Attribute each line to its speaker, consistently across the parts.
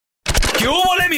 Speaker 1: ¿Qué hubo, le, mi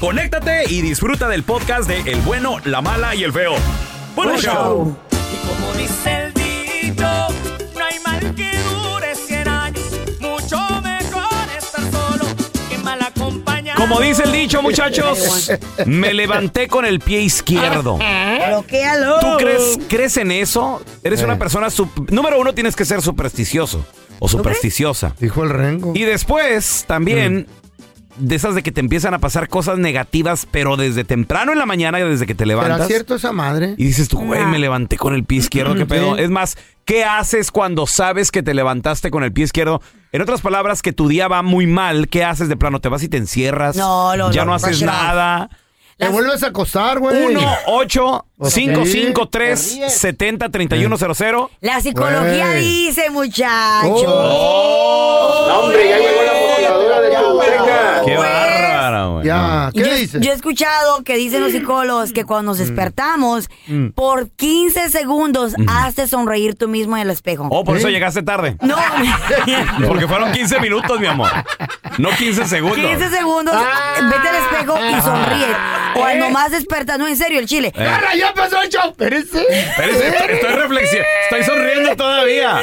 Speaker 1: conéctate y disfruta del podcast de El bueno, la mala y el feo. ¡Buen
Speaker 2: Buen
Speaker 1: show!
Speaker 2: show. Y como dice el dicho, no hay mal que dure 100 años. Mucho mejor estar solo que mal acompañado.
Speaker 1: Como dice el dicho, muchachos, me levanté con el pie izquierdo.
Speaker 3: Bloquealo.
Speaker 1: ¿Tú crees, crees en eso? Eres
Speaker 4: Eh.
Speaker 1: una persona... sup- Número uno, tienes que ser supersticioso o supersticiosa.
Speaker 4: Dijo el Rengo. Mm.
Speaker 1: Y después, también, de esas de que te empiezan a pasar cosas negativas, pero desde temprano en la mañana, desde que te
Speaker 4: ¿Será
Speaker 1: levantas.
Speaker 4: cierto esa madre?
Speaker 1: Y dices tú, güey, me levanté con
Speaker 3: Mm,
Speaker 1: el pie izquierdo, qué
Speaker 4: Sí.
Speaker 1: pedo. Es más, ¿qué haces cuando sabes que te levantaste con el pie izquierdo? En otras palabras, que tu día va muy mal, ¿qué haces de plano? ¿Te vas y te encierras?
Speaker 3: No, no,
Speaker 1: Ya
Speaker 3: no,
Speaker 1: no haces
Speaker 3: pressure off.
Speaker 1: nada.
Speaker 4: Te
Speaker 3: Las-
Speaker 4: vuelves a acostar, güey.
Speaker 1: 1 8 5 5
Speaker 4: Te
Speaker 1: 3
Speaker 4: ríes.
Speaker 1: 70
Speaker 4: Eh.
Speaker 1: 31 00
Speaker 3: La psicología
Speaker 4: Güey.
Speaker 3: dice, muchachos.
Speaker 1: Oh.
Speaker 5: Oh. hombre, ya llegó la computadora de tu huerca.
Speaker 1: ¡Qué bárbaro, güey!
Speaker 4: Ya, ¿qué
Speaker 3: yo,
Speaker 4: dices?
Speaker 3: yo he escuchado que dicen
Speaker 1: Mm.
Speaker 3: los psicólogos que cuando nos despertamos, por 15 segundos, hazte sonreír tú mismo en el espejo.
Speaker 1: Mm. Oh, por eso llegaste tarde.
Speaker 3: No,
Speaker 1: Porque fueron 15 minutos, mi amor. No 15 segundos.
Speaker 3: 15 segundos,
Speaker 4: Ah.
Speaker 3: vete al espejo y sonríe. Cuando más despertas, no, en serio, el chile.
Speaker 1: Eh,
Speaker 4: ¡Cara, ¿Eh? ya pasó el show! Espérese.
Speaker 1: espérese, estoy, estoy reflexionando. Estoy sonriendo todavía.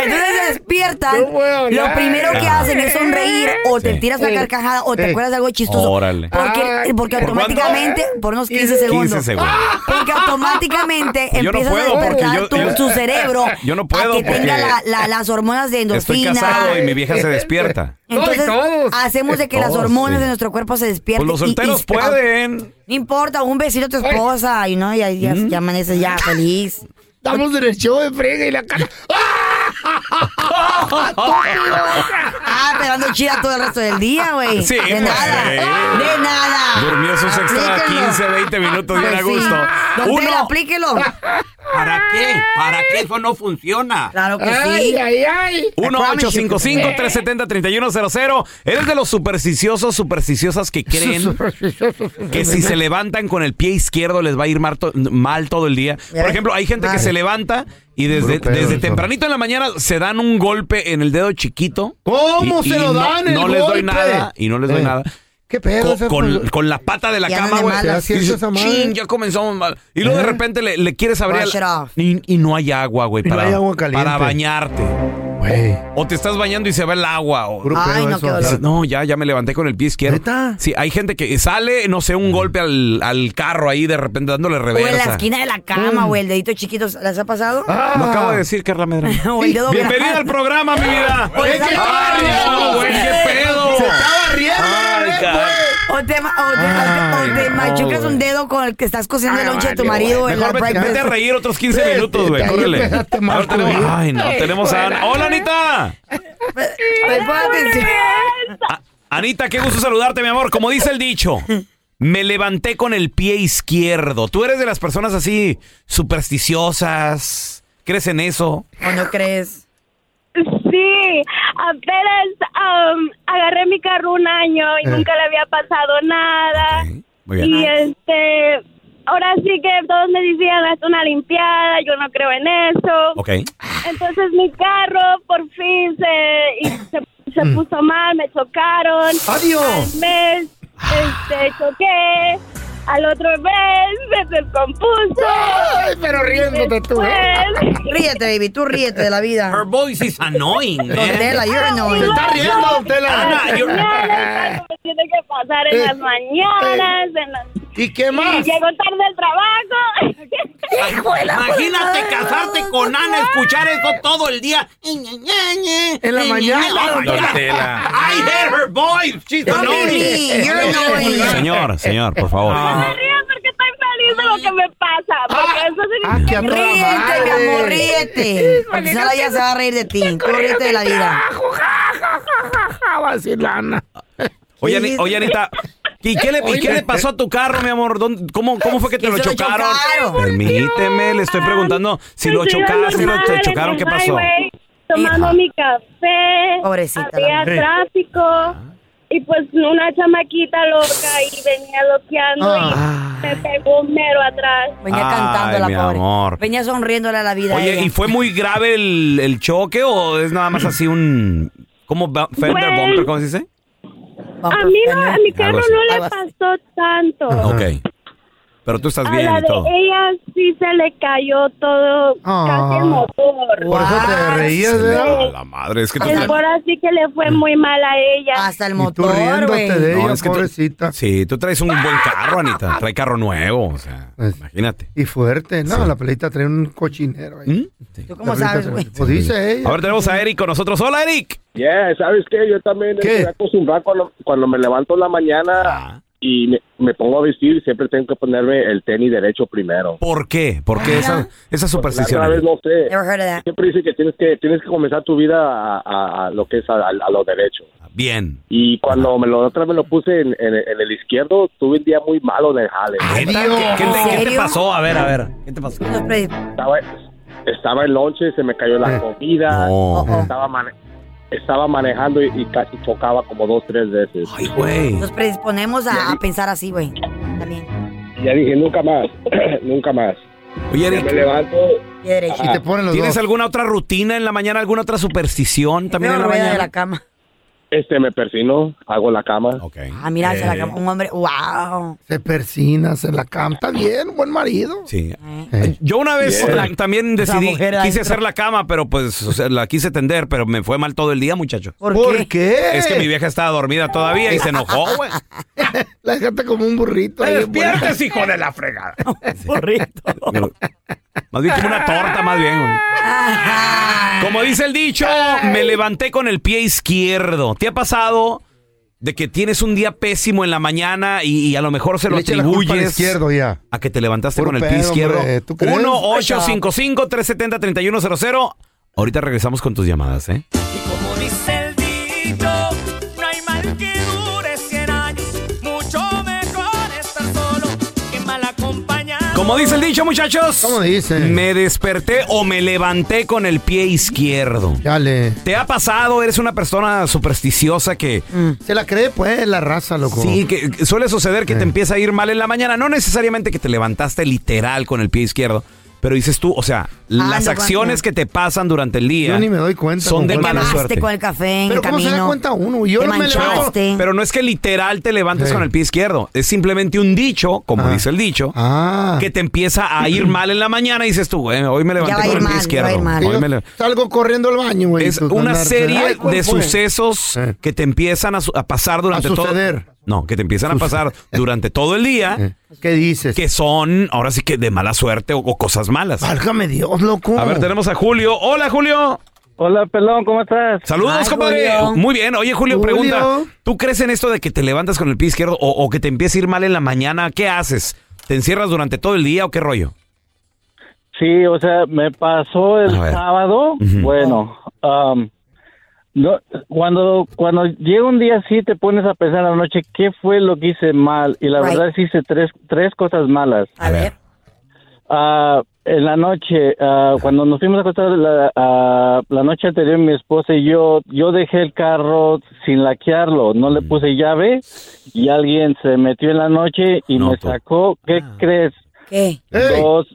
Speaker 3: Entonces se despiertan,
Speaker 4: No puedo hablar.
Speaker 3: lo primero que hacen es sonreír o te
Speaker 1: Ah. Sí.
Speaker 3: tiras una carcajada o te
Speaker 4: Eh.
Speaker 3: acuerdas de algo chistoso.
Speaker 1: Órale.
Speaker 3: Porque, porque
Speaker 1: ¿Por cuánto?
Speaker 3: automáticamente, por unos 15 segundos.
Speaker 1: 15 segundos.
Speaker 4: Ah.
Speaker 3: Porque automáticamente
Speaker 1: Ah, Yo no
Speaker 3: empiezas
Speaker 1: puedo,
Speaker 3: a
Speaker 1: porque
Speaker 3: despertar
Speaker 1: yo-
Speaker 3: tu,
Speaker 1: yo-
Speaker 3: tu cerebro
Speaker 1: Yo no
Speaker 3: a
Speaker 1: puedo,
Speaker 3: que tenga la-
Speaker 1: porque
Speaker 3: la- las hormonas de
Speaker 1: Estoy
Speaker 3: endorfina.
Speaker 1: casado y mi vieja se despierta.
Speaker 3: Entonces
Speaker 4: No, y todos.
Speaker 3: hacemos de que las
Speaker 1: Todos,
Speaker 3: hormonas
Speaker 1: sí.
Speaker 3: de nuestro cuerpo se despierten.
Speaker 1: Pues los
Speaker 3: y- y-
Speaker 1: solteros pueden.
Speaker 3: No importa, un besito a tu esposa y no, ya, ya, ya amaneces ya feliz.
Speaker 4: Estamos en el show de frega y la cara.
Speaker 3: Ah, pero ando chida todo el resto del día, güey.
Speaker 1: Sí,
Speaker 3: de
Speaker 1: pues,
Speaker 3: nada.
Speaker 1: sí.
Speaker 3: De nada.
Speaker 1: Durmió sus extra
Speaker 3: Aplíquenlo.
Speaker 1: 15, 20 minutos bien
Speaker 3: Pues
Speaker 1: a
Speaker 3: sí.
Speaker 1: gusto.
Speaker 3: Don Tela,
Speaker 1: Uno,
Speaker 3: aplíquelo.
Speaker 6: ¿Para qué? ¿Para qué eso no funciona?
Speaker 3: Claro que
Speaker 4: ¡Ay,
Speaker 3: sí.
Speaker 4: ay, ay! Eh.
Speaker 1: 1-855-370-3100. Eres de los supersticiosos, supersticiosas que creen que si se levantan con el pie izquierdo les va a ir mal, to- mal todo el día.
Speaker 4: Eh,
Speaker 1: Por ejemplo, hay gente que se levanta y desde,
Speaker 4: Puro pedo
Speaker 1: desde
Speaker 4: eso.
Speaker 1: tempranito en la mañana se dan un golpe en el dedo chiquito.
Speaker 4: ¿Cómo se lo
Speaker 1: no-
Speaker 4: dan el
Speaker 1: No les
Speaker 4: golpe?
Speaker 1: doy nada y no les doy
Speaker 4: Eh.
Speaker 1: nada.
Speaker 4: ¿Qué pedo?
Speaker 1: Co-
Speaker 4: esa
Speaker 1: con,
Speaker 4: fue-
Speaker 1: con la pata de la
Speaker 3: Ya
Speaker 1: cama,
Speaker 3: no
Speaker 1: güey.
Speaker 3: le malas.
Speaker 1: Y dices,
Speaker 4: Esa madre.
Speaker 1: "Chin, ya comenzamos mal. Y luego
Speaker 3: ¿Eh?
Speaker 1: de
Speaker 4: Ajá.
Speaker 1: repente le, le quieres abrir.
Speaker 3: Brush
Speaker 1: el-
Speaker 3: it off.
Speaker 1: y, y no hay agua, güey,
Speaker 4: Y no
Speaker 1: para,
Speaker 4: hay agua caliente.
Speaker 1: para bañarte.
Speaker 4: Güey,
Speaker 1: O te estás bañando y se va el agua. o-
Speaker 4: puro
Speaker 3: Ay,
Speaker 4: pedo
Speaker 3: no,
Speaker 4: eso.
Speaker 3: qué dolor.
Speaker 1: Dices, no, ya, ya me levanté con el pie izquierdo.
Speaker 4: ¿Neta?
Speaker 1: Sí, hay gente que sale, no sé, un golpe al, al carro ahí de repente dándole
Speaker 3: O en la
Speaker 1: reversa.
Speaker 3: esquina de la cama, güey, el dedito chiquito, ¿les ha pasado?
Speaker 4: Ah,
Speaker 1: Lo acabo de decir, Carla Medrano.
Speaker 3: O el dedo
Speaker 1: Bienvenida
Speaker 3: grande.
Speaker 1: al programa, mi vida.
Speaker 3: Pues,
Speaker 1: Ay,
Speaker 3: estaba
Speaker 1: no,
Speaker 3: riendo.
Speaker 1: güey, qué pedo.
Speaker 4: Se estaba riendo,
Speaker 1: Ay,
Speaker 4: güey.
Speaker 1: caray.
Speaker 3: O te, ma- o te- o te- o te machucas un dedo con el que estás cosiendo el lonche de tu marido. en
Speaker 1: Mejor vete,
Speaker 3: la breakfast.
Speaker 1: vete a reír otros 15
Speaker 4: Vete,
Speaker 1: minutos, güey.
Speaker 4: ahí
Speaker 1: Córrele.
Speaker 4: empezaste mal,
Speaker 1: A ver, tenemos-
Speaker 4: güey.
Speaker 1: Ay, no, tenemos a Ana. ¡Hola, Anita!
Speaker 3: Pues, pon atención.
Speaker 1: A- Anita, qué gusto saludarte, mi amor. Como dice el dicho, me levanté con el pie izquierdo. Tú eres de las personas así supersticiosas. ¿Crees en eso?
Speaker 3: ¿O no crees?
Speaker 7: Sí, apenas am, agarré mi carro un año y
Speaker 4: Eh.
Speaker 7: nunca le había pasado nada.
Speaker 1: muy bien.
Speaker 7: Y este, ahora sí que todos me decían, haz una limpiada, yo no creo en eso.
Speaker 1: Ok.
Speaker 7: Entonces mi carro por fin se, y se, se puso mal, me chocaron.
Speaker 4: Mm. Adiós.
Speaker 7: Al mes este, choqué, al otro mes se descompuso.
Speaker 4: Ay, pero riéndote tú, ¿eh?
Speaker 7: Después-
Speaker 3: Pues, Ríete, baby, tú ríete de la
Speaker 6: Her
Speaker 3: vida.
Speaker 6: voice is annoying, man.
Speaker 3: Tela, you're annoying.
Speaker 4: Está riendo, don
Speaker 1: Ah,
Speaker 6: Ana,
Speaker 4: Tela.
Speaker 6: yo-
Speaker 7: mañanas, algo me tiene que pasar
Speaker 4: Eh,
Speaker 7: en las mañanas, en las...
Speaker 4: ¿Y qué
Speaker 7: Y
Speaker 4: más?
Speaker 7: llego tarde al trabajo.
Speaker 6: Imagínate casarte con Ana, escuchar eso todo el día.
Speaker 4: En
Speaker 6: En
Speaker 4: la mañana.
Speaker 6: Oh my God. I hate her voice. She's annoying.
Speaker 3: Annoying, you're annoying.
Speaker 1: Señor, señor, por favor.
Speaker 7: Me río porque estoy feliz de lo que me pasa. Porque eso
Speaker 4: Ah, que
Speaker 7: significa
Speaker 4: a toda
Speaker 3: Ríete, mi
Speaker 4: madre.
Speaker 3: amor, ríete. Porque si no, la vida se va a reír de ti. Tú ríete de la vida.
Speaker 4: Ah, vacilana.
Speaker 1: Oye, Ani- oye, Anita. ¿Y qué, le, y qué le pasó a tu carro, mi amor? ¿Dónde- cómo, ¿Cómo fue que te
Speaker 3: Que
Speaker 1: lo
Speaker 3: se lo
Speaker 1: chocaron?
Speaker 3: chocaron.
Speaker 1: Permíteme, le estoy preguntando si lo
Speaker 7: que yo
Speaker 1: chocaron, si lo
Speaker 7: normal
Speaker 1: te
Speaker 7: en
Speaker 1: chocaron,
Speaker 7: el
Speaker 1: ¿qué pasó?
Speaker 7: highway, Tomando
Speaker 3: Hija.
Speaker 7: mi café.
Speaker 3: Pobrecita la
Speaker 7: Había
Speaker 4: mujer.
Speaker 7: tráfico. Y pues una chamaquita loca y venía loqueando
Speaker 4: Ah.
Speaker 7: y me pegó un mero atrás.
Speaker 3: Venía
Speaker 1: Ay,
Speaker 3: cantando la
Speaker 1: mi
Speaker 3: pobre.
Speaker 1: amor.
Speaker 3: Venía sonriéndole a la vida. a
Speaker 1: Oye,
Speaker 3: ella.
Speaker 1: ¿y fue muy grave el, el choque o es nada más así un... ¿Cómo? ba- ¿Fender
Speaker 7: Pues-
Speaker 1: bumper? ¿Cómo se dice?
Speaker 7: A mí no, a mi
Speaker 1: Algo
Speaker 7: carro
Speaker 1: así.
Speaker 7: no le
Speaker 3: Algo así.
Speaker 7: pasó tanto.
Speaker 1: Ok. Pero tú estás
Speaker 7: A
Speaker 1: bien
Speaker 7: Ah, la
Speaker 1: y
Speaker 7: de
Speaker 1: todo.
Speaker 7: ella sí se le cayó todo, casi el
Speaker 4: Ah.
Speaker 7: motor.
Speaker 4: Por eso te reías,
Speaker 1: A
Speaker 4: ¿verdad?
Speaker 1: la madre, es que tú...
Speaker 7: Es por así que le fue muy mal a ella.
Speaker 3: Hasta el
Speaker 4: Y tú
Speaker 3: motor, güey.
Speaker 4: riéndote de
Speaker 1: No,
Speaker 4: ella,
Speaker 1: es que tú-
Speaker 4: pobrecita.
Speaker 1: Sí, tú traes un buen carro, Anita. Trae carro nuevo, o sea,
Speaker 4: Pues-
Speaker 1: imagínate.
Speaker 4: Y fuerte. No, la pelita trae un cochinero ahí.
Speaker 1: ¿Mm? Sí.
Speaker 3: ¿Tú cómo
Speaker 4: La pelita
Speaker 3: sabes,
Speaker 4: trae-
Speaker 3: güey?
Speaker 4: Pues dice ella.
Speaker 1: A ver, tenemos a Eric con nosotros. Hola, Eric.
Speaker 5: Yeah, ¿sabes qué? Yo también
Speaker 4: ¿Qué?
Speaker 5: estoy acostumbrado cuando, cuando me levanto en la mañana
Speaker 1: Ah.
Speaker 5: y me, me pongo a vestir, siempre tengo que ponerme el tenis derecho primero.
Speaker 1: ¿Por qué? ¿Por qué esa, esa
Speaker 5: La
Speaker 1: superstición?
Speaker 5: otra vez
Speaker 1: Eric?
Speaker 5: no sé.
Speaker 3: Never heard of that.
Speaker 5: Siempre dice que tienes que tienes que comenzar tu vida a, a- a lo que es a, a- a lo derecho.
Speaker 1: Bien.
Speaker 5: Y cuando me lo la otra vez me lo puse en, en- en el izquierdo, tuve un día muy malo de jale.
Speaker 1: Ah, Neta, ¿Qué, qué te, qué te pasó? A ver, a ver. ¿Qué te pasó?
Speaker 3: Los pre-
Speaker 5: Estaba, estaba en lonche, se me cayó la
Speaker 4: Eh.
Speaker 5: comida.
Speaker 1: No.
Speaker 5: Estaba, mane- estaba manejando y, y casi chocaba como dos, tres veces.
Speaker 1: Ay, güey.
Speaker 3: Nos predisponemos a, a pensar así, güey. También.
Speaker 5: Y ya dije, nunca más, nunca más.
Speaker 1: Oye,
Speaker 5: Ya me
Speaker 1: Eric,
Speaker 5: levanto.
Speaker 3: Pie derecho.
Speaker 4: Y te ponen los
Speaker 1: ¿tienes
Speaker 4: dos.
Speaker 1: alguna otra rutina en la mañana? ¿Alguna otra superstición también
Speaker 3: Veo
Speaker 1: en la
Speaker 3: rueda de
Speaker 1: mañana?
Speaker 3: la cama.
Speaker 5: Este me persino, hago la cama.
Speaker 1: Ok.
Speaker 3: Ah, mira,
Speaker 4: Eh,
Speaker 1: Eh.
Speaker 3: se la cama. Un hombre. ¡Wow!
Speaker 4: Se persina, se la canta bien, buen marido.
Speaker 1: Sí.
Speaker 4: Eh.
Speaker 1: Yo una vez
Speaker 5: Bien.
Speaker 1: la- también
Speaker 3: Esa
Speaker 1: decidí,
Speaker 3: mujer
Speaker 1: quise
Speaker 3: adentro.
Speaker 1: hacer la cama, pero pues o sea, la quise tender, pero me fue mal todo el día, muchacho.
Speaker 3: ¿Por, qué?
Speaker 4: qué?
Speaker 1: Es que mi vieja estaba dormida todavía y se enojó, güey.
Speaker 4: La dejaste como un burrito. ahí,
Speaker 1: ¡Despiertes, hijo de la fregada! Más bien como una torta, más bien, güey. Como dice el dicho, me levanté con el pie izquierdo. ¿Te ha pasado de que tienes un día pésimo en la mañana y, y a lo mejor se
Speaker 4: bueno.
Speaker 1: lo
Speaker 4: Le echa la culpa al
Speaker 1: atribuyes
Speaker 4: izquierdo ya.
Speaker 1: a que te levantaste
Speaker 4: Puro
Speaker 1: con el pie
Speaker 4: pedo,
Speaker 1: izquierdo?
Speaker 4: hombre, ¿tú crees?
Speaker 1: 1-855-370-3100. Ahorita regresamos con tus llamadas, ¿eh?
Speaker 2: Y como dice el dicho, no hay mal que dure 100 años. Mucho mejor estar solo que mal acompañado.
Speaker 1: Como dice el dicho, muchachos.
Speaker 4: ¿Cómo dice?
Speaker 1: Me desperté o me levanté con el pie izquierdo.
Speaker 4: Dale.
Speaker 1: ¿Te ha pasado? ¿Eres una persona supersticiosa que...
Speaker 4: Se la cree, pues, la raza, loco.
Speaker 1: Sí, que que suele suceder que te empieza a ir mal en la mañana. No necesariamente que te levantaste literal con el pie izquierdo, pero dices tú, o sea, las
Speaker 3: no,
Speaker 1: acciones
Speaker 3: bueno.
Speaker 1: que te pasan durante el día
Speaker 4: Yo ni me doy cuenta,
Speaker 1: son de
Speaker 4: compadre.
Speaker 1: mala
Speaker 3: Quemaste
Speaker 1: suerte.
Speaker 3: Este con el café en
Speaker 4: Pero
Speaker 3: el
Speaker 4: ¿cómo
Speaker 3: camino.
Speaker 4: se da cuenta uno? Yo
Speaker 3: Te
Speaker 4: no me levanto.
Speaker 3: manchaste.
Speaker 1: Pero no es que literal te levantes
Speaker 4: Sí.
Speaker 1: con el pie izquierdo, es simplemente un dicho, como
Speaker 4: Ah.
Speaker 1: dice el dicho,
Speaker 4: Ah.
Speaker 1: que te empieza a ir mal en la mañana y dices tú, "Güey, hoy me
Speaker 3: va
Speaker 1: levanté
Speaker 3: a
Speaker 1: con
Speaker 3: ir
Speaker 1: el pie
Speaker 3: mal, ya va a ir
Speaker 1: izquierdo.
Speaker 3: mal.
Speaker 4: Que
Speaker 1: hoy
Speaker 4: yo
Speaker 1: me le-
Speaker 4: salgo corriendo al baño, güey.
Speaker 1: Es
Speaker 4: Pues,
Speaker 1: una
Speaker 4: andar-
Speaker 1: serie
Speaker 4: Ay, ¿cuál
Speaker 1: de
Speaker 4: fue?
Speaker 1: sucesos
Speaker 4: Eh.
Speaker 1: que te empiezan a, su- a pasar durante todo.
Speaker 4: suceder.
Speaker 1: No, que te empiezan a pasar durante todo el día.
Speaker 4: Eh, ¿Qué dices?
Speaker 1: que son ahora sí que de mala suerte o, o cosas malas.
Speaker 4: Válgame Dios, loco.
Speaker 1: A ver, tenemos a Julio. Hola, Julio.
Speaker 8: Hola, pelón, ¿cómo estás?
Speaker 1: Saludos,
Speaker 3: Ay,
Speaker 1: compadre.
Speaker 3: Julio.
Speaker 1: Muy bien. Oye,
Speaker 4: Julio.
Speaker 1: Julio, pregunta. ¿Tú crees en esto de que te levantas con el pie izquierdo o, o que te empieza a ir mal en la mañana? ¿Qué haces? ¿Te encierras durante todo el día o qué rollo?
Speaker 8: Sí, o sea, me pasó el
Speaker 1: A ver.
Speaker 8: sábado.
Speaker 1: Ujú.
Speaker 8: Bueno, am, no, cuando cuando llega un día así, te pones a pensar en la noche qué fue lo que hice mal. Y la
Speaker 3: Right.
Speaker 8: verdad es que hice tres, tres cosas malas.
Speaker 3: A ver.
Speaker 8: Ah, en la noche, ah, cuando nos fuimos a acostar la, ah, la noche anterior, mi esposa y yo, yo dejé el carro sin laquearlo, no le puse llave y alguien se metió en la noche y me sacó, ¿qué crees?
Speaker 3: ¿Qué?
Speaker 8: Dos,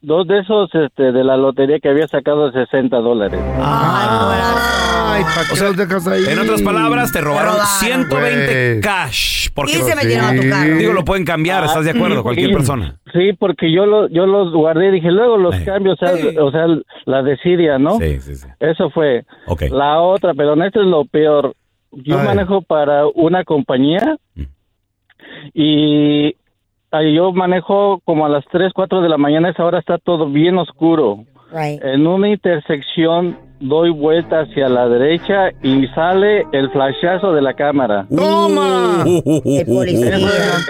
Speaker 8: dos de esos este, de la lotería que había sacado 60 dólares.
Speaker 4: Ay, ¿para qué los dejas ahí?
Speaker 1: En otras palabras, te robaron
Speaker 3: robaron.
Speaker 1: 120
Speaker 4: Güey.
Speaker 1: cash. Porque
Speaker 3: Y se metieron a tu carro.
Speaker 1: Digo, lo pueden cambiar, ¿estás de acuerdo? Cualquier
Speaker 8: sí.
Speaker 1: persona.
Speaker 8: Sí, porque yo, lo, yo los guardé y dije, luego los cambio, o sea, o sea, la desidia, ¿no?
Speaker 1: Sí, sí, sí.
Speaker 8: Eso fue.
Speaker 1: Ok.
Speaker 8: La otra, pero esto es lo peor. Yo
Speaker 4: Ay.
Speaker 8: manejo para una compañía y ah, yo manejo como a las 3, 4 de la mañana, esa hora está todo bien oscuro.
Speaker 3: Right.
Speaker 8: En una intersección doy vuelta hacia la derecha y sale el flashazo de la cámara.
Speaker 4: ¡Toma!
Speaker 1: Uh, uh, uh,
Speaker 3: El
Speaker 1: uh,
Speaker 3: policía.
Speaker 1: uh,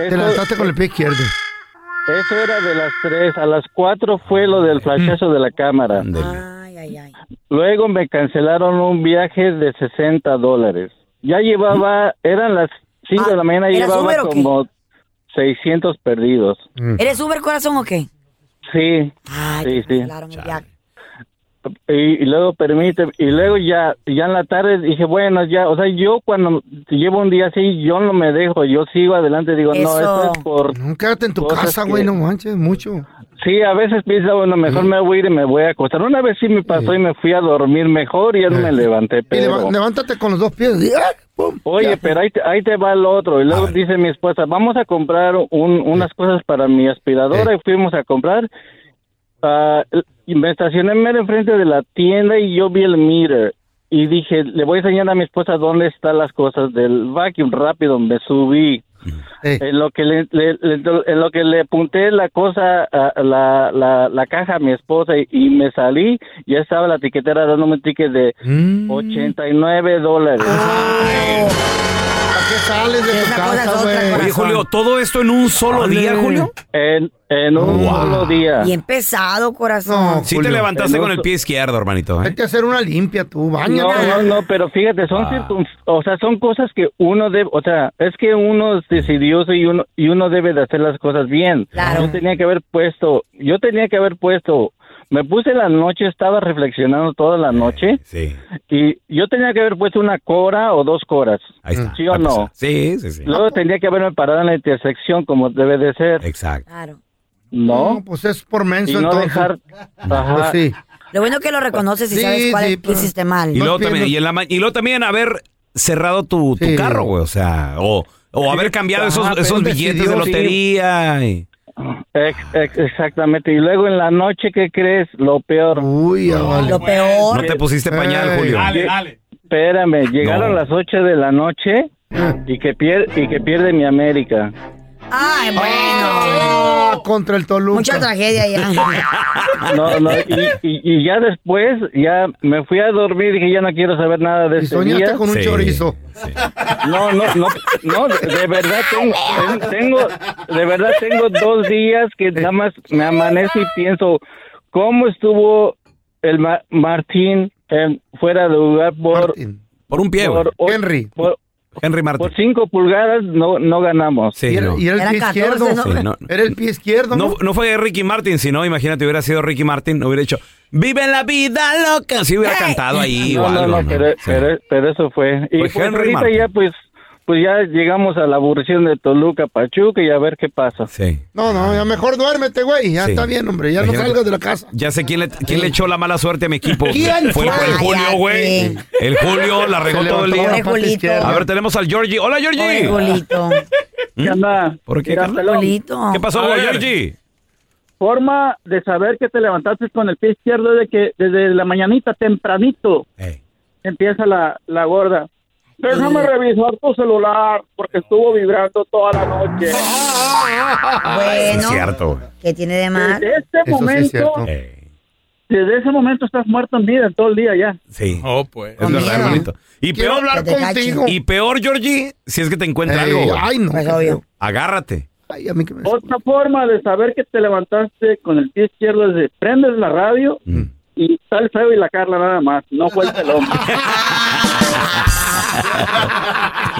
Speaker 1: uh.
Speaker 4: Te levantaste con el pie izquierdo.
Speaker 8: Eso era de las 3, a las 4 fue lo del flashazo de la cámara.
Speaker 3: Ay, ay, ay.
Speaker 8: Luego me cancelaron un viaje de 60 dólares. Ya llevaba, eran las 5
Speaker 3: Ah,
Speaker 8: de la mañana,
Speaker 3: ¿eras
Speaker 8: llevaba
Speaker 3: Uber o qué?
Speaker 8: como 600 perdidos.
Speaker 1: Mm.
Speaker 3: ¿Eres Uber corazón o qué?
Speaker 8: Sí, Sí,
Speaker 3: Ay,
Speaker 8: sí.
Speaker 3: te cancelaron el viaje.
Speaker 8: y, y luego permite, y luego ya, ya en la tarde dije, bueno, ya, o sea, yo cuando llevo un día así, yo no me dejo, yo sigo adelante, digo, no,
Speaker 3: Eso.
Speaker 8: esto es por...
Speaker 4: No, quédate en tu
Speaker 8: Cosas
Speaker 4: casa,
Speaker 8: que-
Speaker 4: güey, no manches, mucho.
Speaker 8: Sí, a veces pienso, bueno, mejor me voy a ir y me voy a acostar. Una vez sí me pasó y me fui a dormir mejor y ya no me levanté,
Speaker 4: Y leva-
Speaker 8: pero...
Speaker 4: levántate con los dos pies. y- ¡ah! ¡Pum!
Speaker 8: Oye,
Speaker 4: Ya.
Speaker 8: pero ahí te, ahí te va el otro. Y luego
Speaker 1: ver.
Speaker 8: dice mi esposa, vamos a comprar un- unas cosas para mi aspiradora y fuimos a comprar. Ah, y me estacioné mero enfrente de la tienda y yo vi el meter. Y dije, le voy a enseñar a mi esposa dónde están las cosas del vacuum. Rápido, me subí.
Speaker 4: Eh,
Speaker 8: En lo que le, le- le- en lo que le apunté la cosa, a- a la, la, la caja a mi esposa y, y me salí, ya estaba la tiquetera dándome un ticket de
Speaker 1: Mm.
Speaker 8: 89 dólares.
Speaker 4: ¿Para qué sales de tu
Speaker 3: Esa cosa es
Speaker 4: casa,
Speaker 3: otra
Speaker 4: güey?
Speaker 1: Oye, Julio, ¿todo esto en un solo día, Julio?
Speaker 8: En, en un solo
Speaker 4: Ah.
Speaker 8: día.
Speaker 3: Bien pesado, corazón.
Speaker 4: No,
Speaker 1: Sí te
Speaker 4: Julio.
Speaker 1: levantaste
Speaker 8: El
Speaker 1: con el
Speaker 8: oso.
Speaker 1: pie izquierdo, hermanito. ¿eh?
Speaker 4: Vete a hacer una limpia tú, baña.
Speaker 8: No, no, no, pero fíjate,
Speaker 1: Ah.
Speaker 8: son circun- o sea, son cosas que uno debe, o sea, es que uno es decidioso y uno y uno debe de hacer las cosas bien.
Speaker 3: Claro.
Speaker 8: Yo tenía que haber puesto, yo tenía que haber puesto, me puse en la noche, estaba reflexionando toda la noche
Speaker 1: Sí,
Speaker 8: y yo tenía que haber puesto una cora o dos coras.
Speaker 1: ahí está.
Speaker 8: ¿Sí o
Speaker 1: Ah, pues,
Speaker 8: no?
Speaker 1: Sí, sí, sí.
Speaker 8: Luego tenía que haberme parado en la intersección como debe de ser,
Speaker 1: Exacto.
Speaker 3: Claro.
Speaker 8: ¿no?
Speaker 4: No, pues es por
Speaker 8: Y
Speaker 4: menso
Speaker 8: no
Speaker 4: entonces.
Speaker 8: dejar,
Speaker 4: Pues
Speaker 8: ajá,
Speaker 4: sí.
Speaker 3: Lo bueno que lo reconoces y
Speaker 4: Sí,
Speaker 3: sabes cuál
Speaker 4: sí,
Speaker 3: es que hiciste mal.
Speaker 1: Y luego,
Speaker 4: pies,
Speaker 1: también,
Speaker 4: dos-
Speaker 1: y, en la ma- y luego también haber cerrado tu, tu
Speaker 4: Sí.
Speaker 1: carro, güey. O sea, o, o haber cambiado esos,
Speaker 4: Ajá, pero
Speaker 1: esos
Speaker 4: él
Speaker 1: billetes
Speaker 4: decidió,
Speaker 1: de
Speaker 4: sí.
Speaker 1: lotería. y-
Speaker 8: ex- ex- exactamente. Y luego en la noche, ¿qué crees? Lo peor.
Speaker 4: Uy, ya vale.
Speaker 3: Lo peor.
Speaker 1: No te pusiste
Speaker 4: Pues,
Speaker 1: pañal,
Speaker 4: Ey.
Speaker 1: Julio.
Speaker 6: Dale, dale.
Speaker 8: Espérame, llegaron
Speaker 1: No.
Speaker 8: las 8 de la noche y que, pier y que pierde mi América.
Speaker 3: Ay, bueno.
Speaker 4: Ah, contra el Toluca.
Speaker 3: Mucha tragedia ya.
Speaker 8: No, no, y, y- y ya después, ya me fui a dormir y dije, ya no quiero saber nada de
Speaker 4: Y
Speaker 8: este
Speaker 4: soñaste
Speaker 8: día.
Speaker 4: con un
Speaker 1: Sí,
Speaker 4: chorizo.
Speaker 1: sí.
Speaker 8: No, no, no, no, de, de verdad tengo, ten- tengo, de verdad tengo dos días que nada más me amanezco y pienso, ¿cómo estuvo el Ma- Martín en- fuera de lugar por...
Speaker 4: Martín.
Speaker 1: Por un pie, güey.
Speaker 8: por o-
Speaker 4: Henry.
Speaker 8: Por,
Speaker 1: Henry Martin.
Speaker 8: por cinco pulgadas no, no ganamos.
Speaker 1: Sí,
Speaker 4: Y
Speaker 1: no.
Speaker 4: el, y el
Speaker 3: Era
Speaker 4: pie
Speaker 3: 14,
Speaker 4: izquierdo.
Speaker 3: ¿no?
Speaker 1: Sí, no.
Speaker 4: Era el pie izquierdo, ¿no?
Speaker 1: No, no fue Ricky Martin, sino imagínate, hubiera sido Ricky Martin, hubiera dicho, vive la vida loca. Si hubiera
Speaker 3: ¡Hey!
Speaker 1: cantado ahí
Speaker 8: No,
Speaker 1: o
Speaker 8: no,
Speaker 1: algo.
Speaker 8: no,
Speaker 1: ¿no?
Speaker 8: pero,
Speaker 1: Sí.
Speaker 8: pero- pero eso fue. Y
Speaker 1: Pues
Speaker 8: pues,
Speaker 1: Henry
Speaker 8: ahorita
Speaker 1: Martin.
Speaker 8: ya pues, pues ya llegamos a la aburrición de Toluca, Pachuca y a ver qué pasa.
Speaker 1: Sí.
Speaker 4: No, no, ya mejor duérmete, güey. Ya
Speaker 1: Sí.
Speaker 4: está bien, hombre. Ya no
Speaker 1: Imagínate.
Speaker 4: salgas de la casa.
Speaker 1: Ya sé quién le, quién le echó la mala suerte a mi equipo.
Speaker 4: ¿Quién
Speaker 1: fue?
Speaker 4: fue?
Speaker 1: el Julio, güey. El Julio la regó
Speaker 4: Se
Speaker 1: todo el
Speaker 4: levantó
Speaker 1: día.
Speaker 4: la pata
Speaker 3: Julito.
Speaker 4: izquierda.
Speaker 1: A ver, tenemos al Georgie. Hola,
Speaker 3: Oye,
Speaker 1: Georgie. ¿Mm?
Speaker 3: Julito.
Speaker 8: ¿Qué anda?
Speaker 1: ¿Por qué,
Speaker 8: Mira,
Speaker 1: carnal?
Speaker 8: pelón,
Speaker 3: Julito.
Speaker 1: ¿Qué pasó,
Speaker 6: A ver.
Speaker 1: Georgie?
Speaker 8: Forma de saber que te levantaste con el pie izquierdo de que desde la mañanita tempranito
Speaker 1: Ey.
Speaker 8: empieza la, la gorda. Déjame revisar tu celular porque estuvo vibrando toda la noche.
Speaker 1: Sí, es
Speaker 3: Bueno.
Speaker 1: cierto, güey.
Speaker 3: ¿Qué tiene de mal?
Speaker 8: este
Speaker 4: Eso sí es cierto.
Speaker 1: Ey.
Speaker 8: desde ese momento estás muerto en vida todo el día ya.
Speaker 1: Sí.
Speaker 6: Oh, pues.
Speaker 1: Es
Speaker 3: Con
Speaker 1: verdad,
Speaker 3: miedo.
Speaker 1: hermanito. Y
Speaker 4: Quiero
Speaker 1: peor,
Speaker 4: hablar
Speaker 3: que te cachen.
Speaker 4: contigo.
Speaker 1: y peor, Georgie, si es que te encuentra
Speaker 4: Ey,
Speaker 1: algo. güey.
Speaker 4: ay, no.
Speaker 3: Pues
Speaker 4: qué
Speaker 3: obvio.
Speaker 4: feo.
Speaker 1: Agárrate.
Speaker 4: Ay, a mí que me...
Speaker 8: Otra forma de saber que te levantaste con el pie izquierdo es de prendes la radio y está el feo y la Carla nada más, no fue el pelón.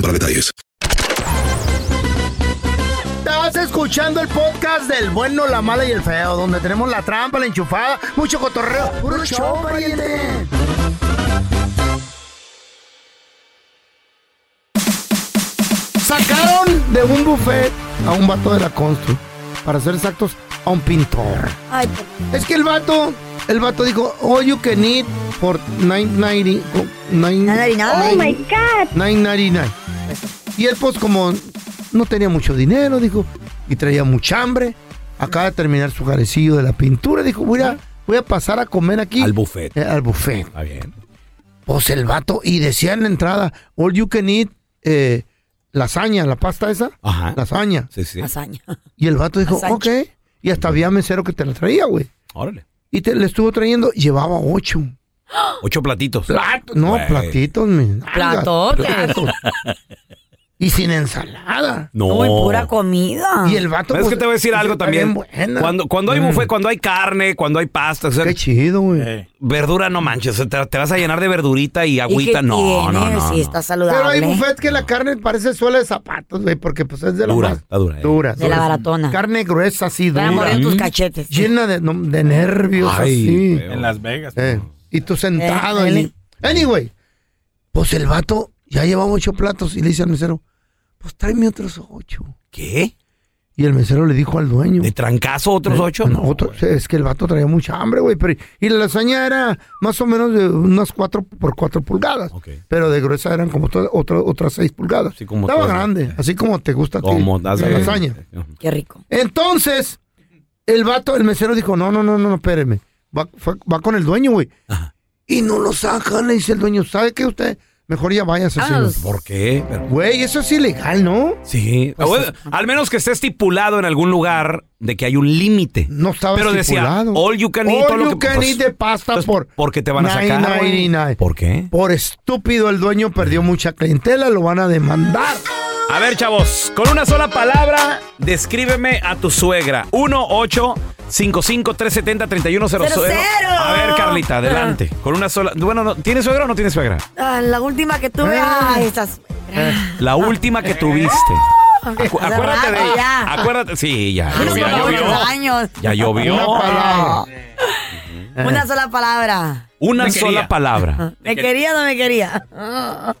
Speaker 9: para detalles.
Speaker 4: Estás escuchando el podcast del bueno, la mala y el feo, donde tenemos la trampa, la enchufada, mucho cotorreo. ¡Puro show, pariente! Sacaron de un buffet a un vato de la constru, para ser exactos, a un pintor. Es que el vato, el vato dijo, all you can eat for 990. oh, nine-
Speaker 7: Oh my God.
Speaker 4: 9.99. Y él pues como no tenía mucho dinero, dijo, y traía mucha hambre, acaba de terminar su carecillo de la pintura, dijo, voy a, voy a pasar a comer aquí. Al
Speaker 1: buffet.
Speaker 4: al buffet.
Speaker 1: Está bien.
Speaker 4: Pues el vato, y decía en la entrada, all you can eat, eh, lasaña, la pasta esa,
Speaker 1: Ajá.
Speaker 4: lasaña.
Speaker 1: Sí, sí.
Speaker 4: Y el vato dijo,
Speaker 1: Lasaña.
Speaker 4: ok, y hasta había mesero que te la traía, güey.
Speaker 1: Órale.
Speaker 4: Y te, le estuvo trayendo, llevaba ocho.
Speaker 1: Ocho platitos.
Speaker 4: No,
Speaker 1: Güey.
Speaker 4: platitos, mi.
Speaker 3: Platotes.
Speaker 4: Platos. Y sin ensalada.
Speaker 1: No. No, y pura
Speaker 3: comida.
Speaker 4: Y el vato.
Speaker 1: Es
Speaker 4: pues,
Speaker 1: que te voy a decir algo
Speaker 4: está
Speaker 1: también.
Speaker 4: bien buena.
Speaker 1: Cuando, cuando hay
Speaker 4: Mm.
Speaker 1: buffet, cuando hay carne, cuando hay pasta. Eh.
Speaker 4: Qué chido, güey.
Speaker 1: Verdura, no manches. Te, te vas a llenar de verdurita y
Speaker 4: ¿Y qué
Speaker 1: agüita. no,
Speaker 4: tiene?
Speaker 1: no, no,
Speaker 4: Sí,
Speaker 1: no.
Speaker 4: está Pero hay buffets que la carne parece suela de zapatos, güey, porque pues es de la
Speaker 1: Dura,
Speaker 4: más
Speaker 1: está dura. eh.
Speaker 4: dura.
Speaker 3: De la
Speaker 4: dura.
Speaker 3: baratona.
Speaker 4: Carne gruesa, así dura.
Speaker 3: Para morir tus
Speaker 4: Mm.
Speaker 3: cachetes.
Speaker 4: Llena de, no, de nervios, así.
Speaker 6: Ay, en Las Vegas.
Speaker 4: Eh, y tú sentado
Speaker 6: Eh,
Speaker 4: ahí. Anyway, pues el vato ya llevaba ocho platos y le dice al mesero, pues tráeme otros ocho.
Speaker 1: ¿Qué?
Speaker 4: Y el mesero le dijo al dueño.
Speaker 1: ¿De trancazo otros
Speaker 4: Eh,
Speaker 1: ocho?
Speaker 4: no, otro- es que el vato traía mucha hambre, güey. pero- Y la lasaña era más o menos de unas cuatro por cuatro pulgadas. Pero de gruesa eran como to- otra- otras seis pulgadas.
Speaker 1: como
Speaker 4: Estaba
Speaker 1: todas.
Speaker 4: grande, así como te gusta a ti
Speaker 1: Como
Speaker 4: la
Speaker 1: das de-
Speaker 4: lasaña.
Speaker 3: Qué rico.
Speaker 4: Entonces, el vato, el mesero dijo, no, no, no, no, no, espérenme. Va, fue- va con el dueño, güey. Y no lo sacan, le dice el dueño, ¿sabe qué usted? Mejor ya vaya,
Speaker 3: Ah,
Speaker 4: asesino.
Speaker 1: ¿Por qué? Pero-
Speaker 4: Güey, eso es ilegal, ¿no?
Speaker 1: Sí.
Speaker 4: Pues
Speaker 1: O, eh, al menos que esté estipulado en algún lugar de que hay un límite.
Speaker 4: No estaba
Speaker 1: Pero
Speaker 4: estipulado.
Speaker 1: decía, all you can eat,
Speaker 4: All
Speaker 1: todo lo
Speaker 4: you
Speaker 1: que
Speaker 4: can
Speaker 1: pues,
Speaker 4: eat de pasta por
Speaker 1: Porque te van a sacar. güey.
Speaker 4: 9.99.
Speaker 1: ¿Por qué?
Speaker 4: Por estúpido el dueño perdió mucha clientela, lo van a demandar.
Speaker 1: A ver, chavos, con una sola palabra, descríbeme a tu suegra. 1 8 55 370 3100 A ver, Carlita, adelante. Con una sola. Bueno, no, ¿tienes suegra o no tienes suegra?
Speaker 3: Ah, la última que tuve.
Speaker 1: Eh.
Speaker 3: Ay, estas. Ah.
Speaker 1: La última que tuviste. Acu-
Speaker 3: Hace
Speaker 1: acuérdate
Speaker 3: rato
Speaker 1: de.
Speaker 3: ya.
Speaker 1: Acuérdate. Sí, ya.
Speaker 3: Hace
Speaker 1: llovió, ya
Speaker 3: como
Speaker 1: llovió.
Speaker 3: ocho años.
Speaker 1: Ya llovió.
Speaker 3: Una palabra.
Speaker 4: Eh.
Speaker 3: Una sola palabra.
Speaker 1: Una
Speaker 3: Me
Speaker 1: sola
Speaker 3: quería.
Speaker 1: palabra.
Speaker 3: ¿Me quería o no me quería?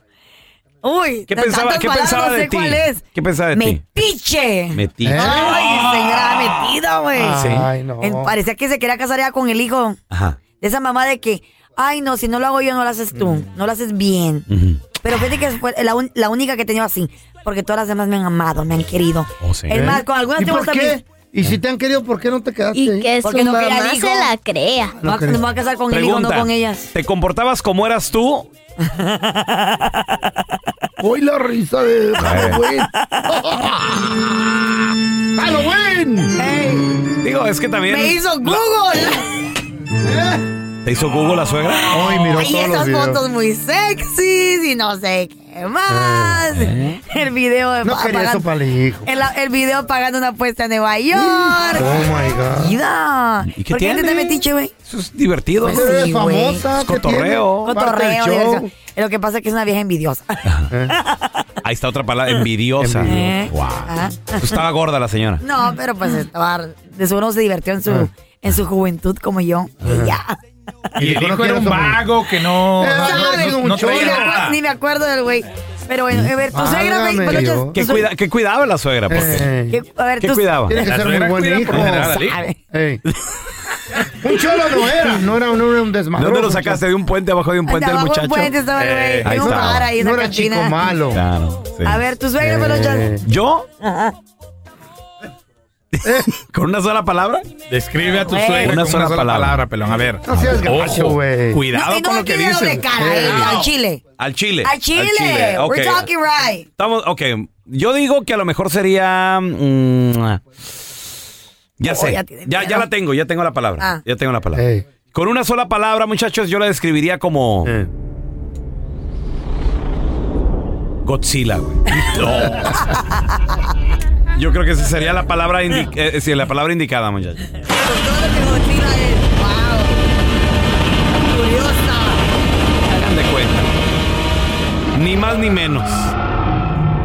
Speaker 3: Uy,
Speaker 1: ¿Qué
Speaker 3: de
Speaker 1: pensaba,
Speaker 3: tantas
Speaker 1: ¿qué
Speaker 3: palabras
Speaker 1: pensaba
Speaker 3: no
Speaker 1: de
Speaker 3: sé
Speaker 1: ti?
Speaker 3: cuál es.
Speaker 1: ¿Qué pensaba de ti?
Speaker 3: Metiche.
Speaker 1: Metí.
Speaker 3: ¿Eh? Ay, señora metida, güey.
Speaker 1: Sí. Ay,
Speaker 4: no.
Speaker 3: En- Parecía que se quería casar ya con el hijo.
Speaker 1: Ajá.
Speaker 3: De esa mamá de que, ay, no, si no lo hago yo, no lo haces tú.
Speaker 4: Mm.
Speaker 3: No lo haces bien. Pero fíjate que fue la, un- la única que he tenido así. Porque todas las demás me han amado, me han querido.
Speaker 1: Oh,
Speaker 3: Es más, con algunas
Speaker 4: ¿Y
Speaker 3: tengo
Speaker 4: por
Speaker 3: también.
Speaker 4: qué? ¿Y si te han querido, por qué no te quedaste? Ah,
Speaker 3: Y que Porque su no quería mamá hijo. se la
Speaker 4: crea.
Speaker 3: Me voy a- me voy a casar con el hijo, no
Speaker 1: Pregunta,
Speaker 3: con ellas.
Speaker 1: ¿Te comportabas como eras tú?
Speaker 4: Hoy la risa de Halloween.
Speaker 3: ¡Halloween!
Speaker 1: Digo, es que también.
Speaker 3: ¡Me hizo Google!
Speaker 1: ¿Te hizo Google la suegra?
Speaker 4: Ay,
Speaker 3: y esas fotos muy sexys y no sé qué más.
Speaker 1: Eh,
Speaker 3: El video de
Speaker 4: ¿eh? No
Speaker 3: pa-
Speaker 4: quería eso
Speaker 3: pagando-
Speaker 4: para el hijo.
Speaker 3: el, el video pagando una apuesta en Nueva York.
Speaker 4: Oh my God.
Speaker 3: Vida.
Speaker 1: Ah. ¿Y qué
Speaker 3: ¿Por qué
Speaker 1: tiene?
Speaker 3: te te metiche, güey?
Speaker 1: Eso es divertido.
Speaker 3: Pues
Speaker 1: Pero
Speaker 3: sí,
Speaker 1: es
Speaker 3: güey.
Speaker 1: famosa, Es ¿qué cotorreo. tiene? Parte del
Speaker 3: Cotorreo,
Speaker 1: show.
Speaker 3: diversión. Lo que pasa es que es una vieja envidiosa.
Speaker 1: Ahí está otra palabra, envidiosa.
Speaker 3: Envidiosa. Ah.
Speaker 1: Wow.
Speaker 3: Ajá.
Speaker 1: Pues estaba gorda la señora.
Speaker 3: No, pero pues estaba. De seguro se divirtió en su, en su juventud como yo. Y ya.
Speaker 10: Y el hijo era un vago que no.
Speaker 3: Eh,
Speaker 10: no- no-
Speaker 3: ¿sabes?
Speaker 10: no- no
Speaker 3: ni,
Speaker 10: traía
Speaker 3: me
Speaker 10: nada.
Speaker 3: acuerdo, ni me acuerdo del güey. Pero bueno, a ver, pues, tu suegra, güey.
Speaker 1: Válgame
Speaker 3: bueno,
Speaker 1: Dios.
Speaker 3: yo-
Speaker 1: ¿Qué,
Speaker 3: tu
Speaker 1: cuida- qué cuidaba la suegra? Porque,
Speaker 3: ¿Qué, a ver,
Speaker 1: ¿Qué
Speaker 3: tú-
Speaker 1: cuidaba?
Speaker 4: Tienes Eh. que ser muy buen hijo.
Speaker 1: ¿eh?
Speaker 4: Ey. Un cholo no era, no era, no era un
Speaker 1: ¿De
Speaker 4: desmadre.
Speaker 1: dónde lo sacaste? ¿De un puente? ¿Abajo de un puente el
Speaker 3: Abajo de
Speaker 1: muchacho? Eh,
Speaker 3: un puente estaba el güey,
Speaker 1: ahí
Speaker 3: en un
Speaker 1: estaba.
Speaker 3: bar ahí en
Speaker 4: No
Speaker 3: la
Speaker 4: era chico
Speaker 3: cantina.
Speaker 4: malo.
Speaker 1: Claro, sí.
Speaker 3: A ver, tu
Speaker 1: Eh.
Speaker 3: suegra, pero yo-
Speaker 1: ¿Yo?
Speaker 3: Ajá.
Speaker 1: ¿Con una sola palabra?
Speaker 10: Describe a tu
Speaker 1: Güey.
Speaker 10: suegra
Speaker 1: Una
Speaker 10: con
Speaker 1: sola
Speaker 10: una sola
Speaker 1: palabra.
Speaker 10: palabra. pelón. A ver.
Speaker 4: No seas
Speaker 10: Ojo,
Speaker 4: gacho, güey.
Speaker 10: Cuidado
Speaker 3: Y no
Speaker 10: con
Speaker 3: me
Speaker 10: lo que
Speaker 3: tiene doble
Speaker 10: dices.
Speaker 3: cara, eh, al chile.
Speaker 1: Al chile.
Speaker 3: Al chile.
Speaker 1: ok.
Speaker 3: We're talking right.
Speaker 1: Estamos, ok. Yo digo que a lo mejor sería. mm,
Speaker 4: Oh,
Speaker 1: ya sé.
Speaker 3: Oh, ya
Speaker 1: ya, ya la tengo, ya tengo la palabra.
Speaker 3: Ah.
Speaker 1: Ya tengo la palabra. Con una sola palabra, muchachos, yo la describiría como.
Speaker 4: Eh.
Speaker 1: Godzilla, güey. Yo creo que esa sería la palabra, indi- eh, sí, la palabra indicada, muchachos. Hagan de cuenta. Ni más ni menos.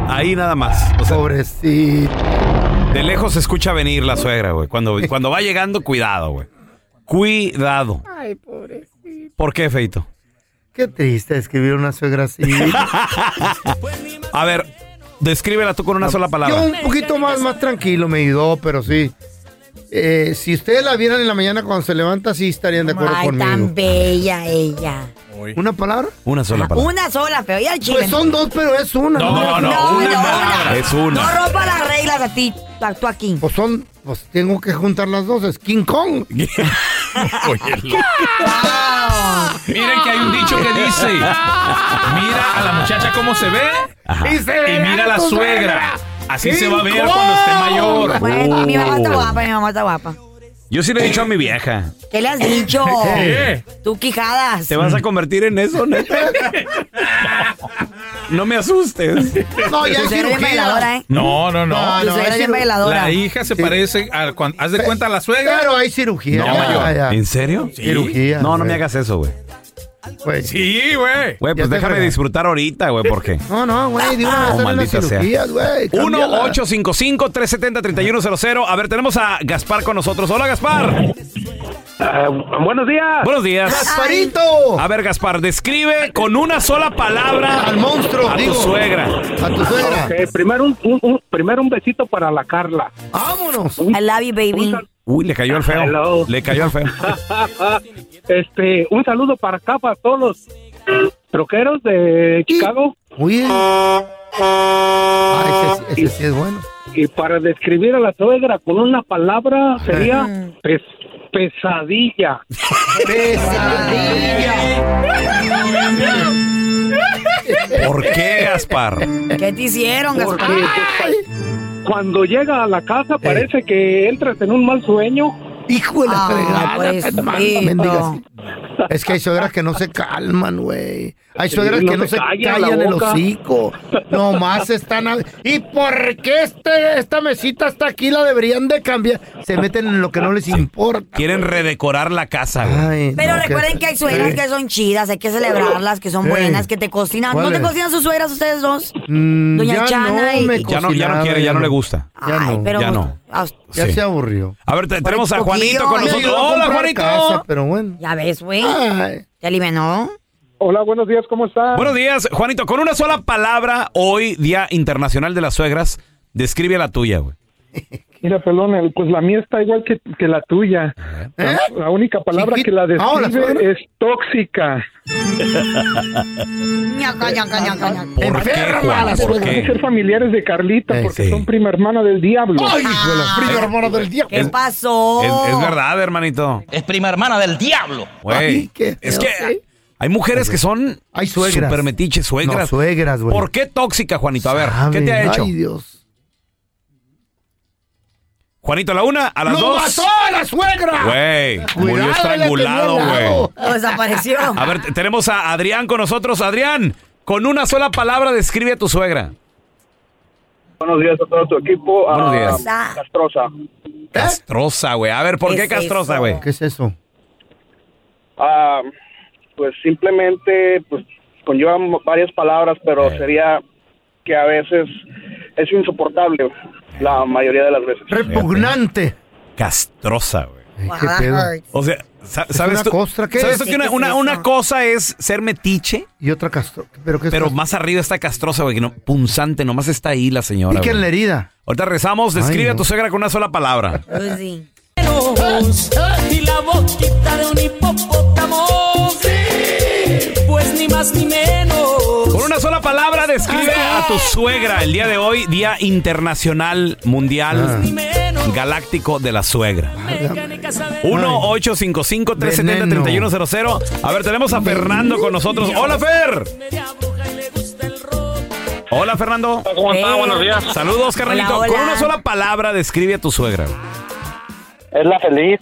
Speaker 1: Ahí nada más.
Speaker 4: Pobrecito.
Speaker 1: De lejos se escucha venir la suegra, güey. Cuando, cuando va llegando, cuidado, güey. Cuidado.
Speaker 4: Ay, pobre.
Speaker 1: ¿Por qué, Feito?
Speaker 4: Qué triste escribir una suegra así.
Speaker 1: A ver, descríbela tú con una sola
Speaker 4: Yo
Speaker 1: palabra.
Speaker 4: un poquito más, más tranquilo me ayudó, pero sí. Eh, si ustedes la vieran en la mañana cuando se levanta, sí estarían de acuerdo
Speaker 3: Ay,
Speaker 4: conmigo.
Speaker 3: tan bella ella.
Speaker 4: ¿Una palabra?
Speaker 1: Una sola
Speaker 4: Ah.
Speaker 1: palabra.
Speaker 3: Una sola, pero ya al chile.
Speaker 4: Pues son dos, pero es una.
Speaker 1: No, no, una palabra. Es
Speaker 3: No
Speaker 1: una.
Speaker 3: rompa las reglas a ti, a tú aquí.
Speaker 4: Pues son, pues tengo que juntar las dos, es King Kong.
Speaker 10: Miren que hay un dicho que dice: Mira a la muchacha cómo se ve
Speaker 4: y, se
Speaker 10: y
Speaker 4: verá
Speaker 10: mira a la
Speaker 4: tu
Speaker 10: suegra. Así se va a ver
Speaker 4: ¡Cinco!
Speaker 10: cuando esté mayor.
Speaker 3: Bueno, mi mamá está
Speaker 1: Oh.
Speaker 3: guapa, mi mamá está guapa.
Speaker 1: Yo sí le he dicho a mi vieja.
Speaker 3: ¿Qué le has dicho?
Speaker 1: ¿Qué?
Speaker 3: Tú quijadas.
Speaker 1: ¿Te vas a convertir en eso, neta? No me asustes.
Speaker 4: No, ya es
Speaker 3: Tu suegra es
Speaker 4: cirugía.
Speaker 3: bailadora, ¿eh?
Speaker 10: No, no, no.
Speaker 4: No,
Speaker 3: Tu
Speaker 4: no,
Speaker 3: suegra
Speaker 4: es
Speaker 3: es
Speaker 4: ciru-
Speaker 3: bailadora.
Speaker 10: La hija se parece a cuan- haz de cuenta a la suegra.
Speaker 4: Pero hay cirugía.
Speaker 1: No,
Speaker 4: Ya,
Speaker 1: mayor.
Speaker 4: ya.
Speaker 1: ¿En serio?
Speaker 10: Sí. Eh, pues
Speaker 4: Cirugía.
Speaker 1: No, no
Speaker 4: güey.
Speaker 1: me hagas eso, güey.
Speaker 4: Güey.
Speaker 10: Sí, güey.
Speaker 1: Güey, pues
Speaker 4: Ya te
Speaker 1: déjame
Speaker 4: fregué.
Speaker 1: disfrutar ahorita, güey, porque.
Speaker 4: No, no, güey, de
Speaker 1: Oh,
Speaker 4: una vez las
Speaker 1: maldita sea.
Speaker 4: cirugías, güey. cámbiala.
Speaker 1: 1-855-370-3100. A ver, tenemos a Gaspar con nosotros. Hola, Gaspar.
Speaker 5: Eh, buenos días.
Speaker 1: Buenos días.
Speaker 4: ¡Gasparito!
Speaker 1: A ver, Gaspar, describe con una sola palabra
Speaker 4: Al monstruo,
Speaker 1: a tu
Speaker 4: digo.
Speaker 1: suegra.
Speaker 4: A tu suegra.
Speaker 5: Ok, primero, un, un- un- primero un besito para la Carla.
Speaker 4: Vámonos.
Speaker 3: I love you, baby.
Speaker 1: Uy, le cayó al feo.
Speaker 5: Hello.
Speaker 1: Le cayó al feo.
Speaker 5: Este, un saludo para acá, para todos los troqueros de Chicago.
Speaker 4: Oye. Ah, ese, sí- ese sí es bueno.
Speaker 5: Y para describir a la suegra con una palabra sería pes- pesadilla.
Speaker 4: Pesadilla.
Speaker 1: ¿Por qué, Gaspar?
Speaker 3: ¿Qué te hicieron, Gaspar?
Speaker 5: Porque cuando llega a la casa parece que entras en un mal sueño.
Speaker 4: Eh. Hijo de la
Speaker 3: Ah,
Speaker 4: fregada,
Speaker 3: pues,
Speaker 4: hermano,
Speaker 3: hijo.
Speaker 4: mendiga. Es que hay suegras que no se calman, güey. Hay suegras
Speaker 5: no
Speaker 4: que no
Speaker 5: se
Speaker 4: se
Speaker 5: callan
Speaker 4: callan,
Speaker 5: la
Speaker 4: el
Speaker 5: boca.
Speaker 4: hocico. Nomás están... a- ¿Y por qué este, esta mesita está aquí? La deberían de cambiar. Se meten en lo que no les importa.
Speaker 1: Quieren redecorar la casa, güey.
Speaker 4: Ay,
Speaker 3: Pero
Speaker 4: no, qué-
Speaker 3: recuerden que hay suegras que son chidas, hay que celebrarlas, que son
Speaker 4: Ey.
Speaker 3: buenas, que te cocinan. ¿No
Speaker 4: ¿Cuáles?
Speaker 3: te cocinan sus suegras ustedes dos?
Speaker 4: Mm,
Speaker 3: Doña
Speaker 4: ya
Speaker 3: Chana
Speaker 4: no
Speaker 3: y-
Speaker 4: me
Speaker 1: Ya no, ya no
Speaker 4: cocinaba,
Speaker 1: quiere, ya no le gusta.
Speaker 4: Ya
Speaker 3: Ay,
Speaker 4: no,
Speaker 3: pero
Speaker 1: ya no.
Speaker 3: ah,
Speaker 4: Ya
Speaker 1: Sí.
Speaker 4: se aburrió.
Speaker 1: A ver, te- tenemos a
Speaker 3: poquillo,
Speaker 1: Juanito con
Speaker 4: Me
Speaker 3: ay,
Speaker 1: nosotros.
Speaker 4: ayudó a
Speaker 1: Hola,
Speaker 4: comprar
Speaker 1: Juanito.
Speaker 4: casa, pero bueno.
Speaker 3: ya ves, güey.
Speaker 4: Ay.
Speaker 3: Te alivianó.
Speaker 5: Hola, buenos días, ¿cómo están?
Speaker 1: Buenos días, Juanito. Con una sola palabra, hoy, Día Internacional de las Suegras, describe la tuya, güey.
Speaker 5: Mira, perdón, el- pues la mía está igual que, que la tuya. La, la única palabra
Speaker 4: Chiquita.
Speaker 5: que la
Speaker 4: Ah, ¿la
Speaker 5: describe
Speaker 4: suegra?
Speaker 5: es tóxica.
Speaker 3: Ñaca, ñaca, ñaca, ñaca.
Speaker 1: ¿Por qué,
Speaker 4: Enferma
Speaker 1: Juan?
Speaker 4: la
Speaker 1: ¿Por
Speaker 4: suegra.
Speaker 5: Van a
Speaker 1: qué?
Speaker 5: ser familiares de Carlita
Speaker 4: Eh,
Speaker 5: porque
Speaker 1: sí.
Speaker 5: son prima hermana del diablo.
Speaker 4: Ay, hijo de la
Speaker 3: Ah.
Speaker 4: fría hermana del día.
Speaker 3: ¿Qué pasó?
Speaker 1: Es,
Speaker 4: Oh.
Speaker 1: es verdad, hermanito.
Speaker 6: Es prima hermana del diablo.
Speaker 1: Güey,
Speaker 4: Eh. Ay, qué
Speaker 1: es
Speaker 4: feo,
Speaker 1: que
Speaker 4: sí.
Speaker 1: hay mujeres que son
Speaker 4: Hay suegras.
Speaker 1: super metiches, suegras.
Speaker 4: No, suegras, güey.
Speaker 1: ¿Por qué tóxica, Juanito? A ver, ¿qué
Speaker 4: Saben,
Speaker 1: te ha hecho?
Speaker 4: Ay, Dios.
Speaker 1: Juanito a la una, a
Speaker 4: ¡Lo
Speaker 1: las dos.
Speaker 4: mató a la suegra!
Speaker 1: Güey,
Speaker 4: Cuidado,
Speaker 1: murió
Speaker 4: le
Speaker 1: estrangulado,
Speaker 4: tenía al
Speaker 1: güey.
Speaker 4: lado.
Speaker 3: Lo desapareció.
Speaker 1: A ver, te- tenemos a Adrián con nosotros. Adrián, con una sola palabra describe a tu suegra.
Speaker 11: Buenos días a todo tu equipo. Ah,
Speaker 1: Buenos días.
Speaker 11: Castrosa.
Speaker 1: Castrosa, güey. A ver, ¿por
Speaker 11: ¿Qué
Speaker 1: qué,
Speaker 11: es
Speaker 1: castrosa,
Speaker 11: eso?
Speaker 1: güey?
Speaker 4: ¿Qué es eso?
Speaker 11: Ah, pues simplemente pues, conlleva m- varias palabras, pero sería que a veces es insoportable la mayoría de las veces.
Speaker 4: Repugnante.
Speaker 1: Eh, Castrosa, güey.
Speaker 4: qué pedo.
Speaker 1: O sea, sa-
Speaker 4: ¿Es
Speaker 1: ¿sabes
Speaker 4: una
Speaker 1: tú?
Speaker 4: costra? ¿Qué
Speaker 1: ¿Sabes
Speaker 4: es?
Speaker 1: tú que
Speaker 4: ¿Qué
Speaker 1: una,
Speaker 4: es
Speaker 1: una,
Speaker 4: eso?
Speaker 1: una cosa es ser metiche?
Speaker 4: Y otra castro. Pero, qué es
Speaker 1: Pero más arriba está castrosa, güey, que no, punzante, nomás está ahí la señora.
Speaker 4: Pique en
Speaker 1: güey.
Speaker 4: la herida.
Speaker 1: Ahorita rezamos, describe
Speaker 4: Ay, no.
Speaker 1: a tu suegra con una sola palabra.
Speaker 3: Pues
Speaker 2: Y la boquita de un hipopótamo. Pues ni más ni menos.
Speaker 1: Con una sola palabra describe a tu suegra el día de hoy, Día Internacional Mundial
Speaker 4: Ah.
Speaker 1: Galáctico de la Suegra. 1-855-370-3100. A ver, tenemos a Fernando con nosotros. ¡Hola, Fer! Hola, Fernando.
Speaker 12: ¿Cómo está? Buenos días.
Speaker 1: Saludos, carnalito.
Speaker 12: Hola, hola.
Speaker 1: Con una sola palabra describe a tu suegra.
Speaker 12: Es la feliz.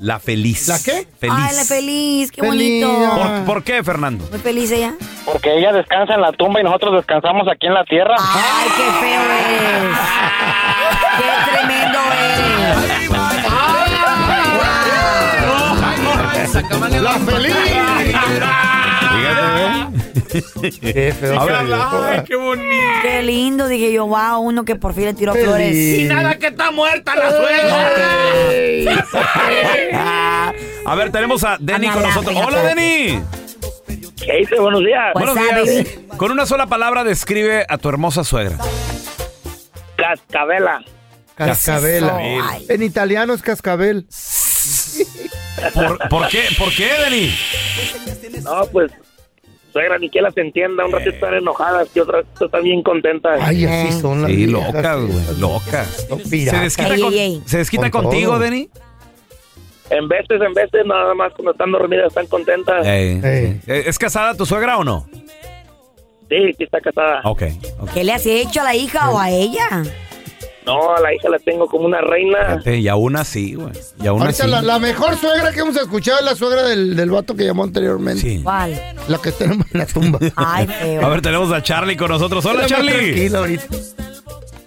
Speaker 1: La feliz. ¿La qué?
Speaker 3: Ay, la
Speaker 1: Feliz.
Speaker 3: feliz, qué
Speaker 1: Feliz.
Speaker 3: bonito.
Speaker 4: Ah.
Speaker 1: ¿Por, por qué, Fernando?
Speaker 3: Muy feliz ella.
Speaker 12: Porque ella descansa en la tumba y nosotros descansamos aquí en la tierra.
Speaker 4: Ah.
Speaker 3: Ay, qué feo eres. Qué tremendo eres.
Speaker 4: ¡La feliz! ¡Qué feo!
Speaker 1: Ah. Ay, qué bonito.
Speaker 3: Qué lindo, dije yo, wow, uno que por fin le tiró
Speaker 4: Feliz.
Speaker 3: flores.
Speaker 4: Y nada
Speaker 1: que está muerta la A ver, tenemos a Denny con nosotros. ¡Hola, Denny!
Speaker 12: ¿Qué dice? Buenos
Speaker 6: Pues,
Speaker 12: días.
Speaker 1: Buenos días. Con una sola palabra describe a tu hermosa suegra.
Speaker 12: Cascabela.
Speaker 4: Cascabela.
Speaker 1: Cascabel.
Speaker 4: En italiano es cascabel.
Speaker 1: ¿Por, por qué, ¿Por qué, Denny?
Speaker 12: No, pues, suegra, ni que las entienda. Un ratito están enojadas y otro ratito están bien contentas.
Speaker 4: Ay, así son las
Speaker 1: Sí,
Speaker 4: viejas.
Speaker 1: locas, güey, locas.
Speaker 4: piratas.
Speaker 1: ¿Se desquita,
Speaker 4: Ey,
Speaker 1: con-
Speaker 4: ey, ey.
Speaker 1: ¿se desquita
Speaker 4: Con
Speaker 1: contigo,
Speaker 4: todo.
Speaker 1: Denny?
Speaker 12: En veces, en veces, nada más cuando están dormidas están contentas.
Speaker 1: Ey. Eh, ¿Es casada tu suegra o no?
Speaker 12: Sí, sí está casada.
Speaker 1: Ok.
Speaker 3: ¿Qué le has hecho a la hija o a ella?
Speaker 12: No, a la hija la tengo como una reina.
Speaker 1: Fíjate, Y aún así, güey. Y aún
Speaker 4: Ahorita
Speaker 1: así.
Speaker 4: la, la mejor suegra que hemos escuchado es la suegra del, del vato que llamó anteriormente.
Speaker 3: ¿Cuál?
Speaker 4: La que tenemos en la tumba.
Speaker 3: Ay,
Speaker 1: A ver, tenemos a Charlie con nosotros. Hola,
Speaker 4: Está más
Speaker 1: Charlie.
Speaker 4: tranquila ahorita.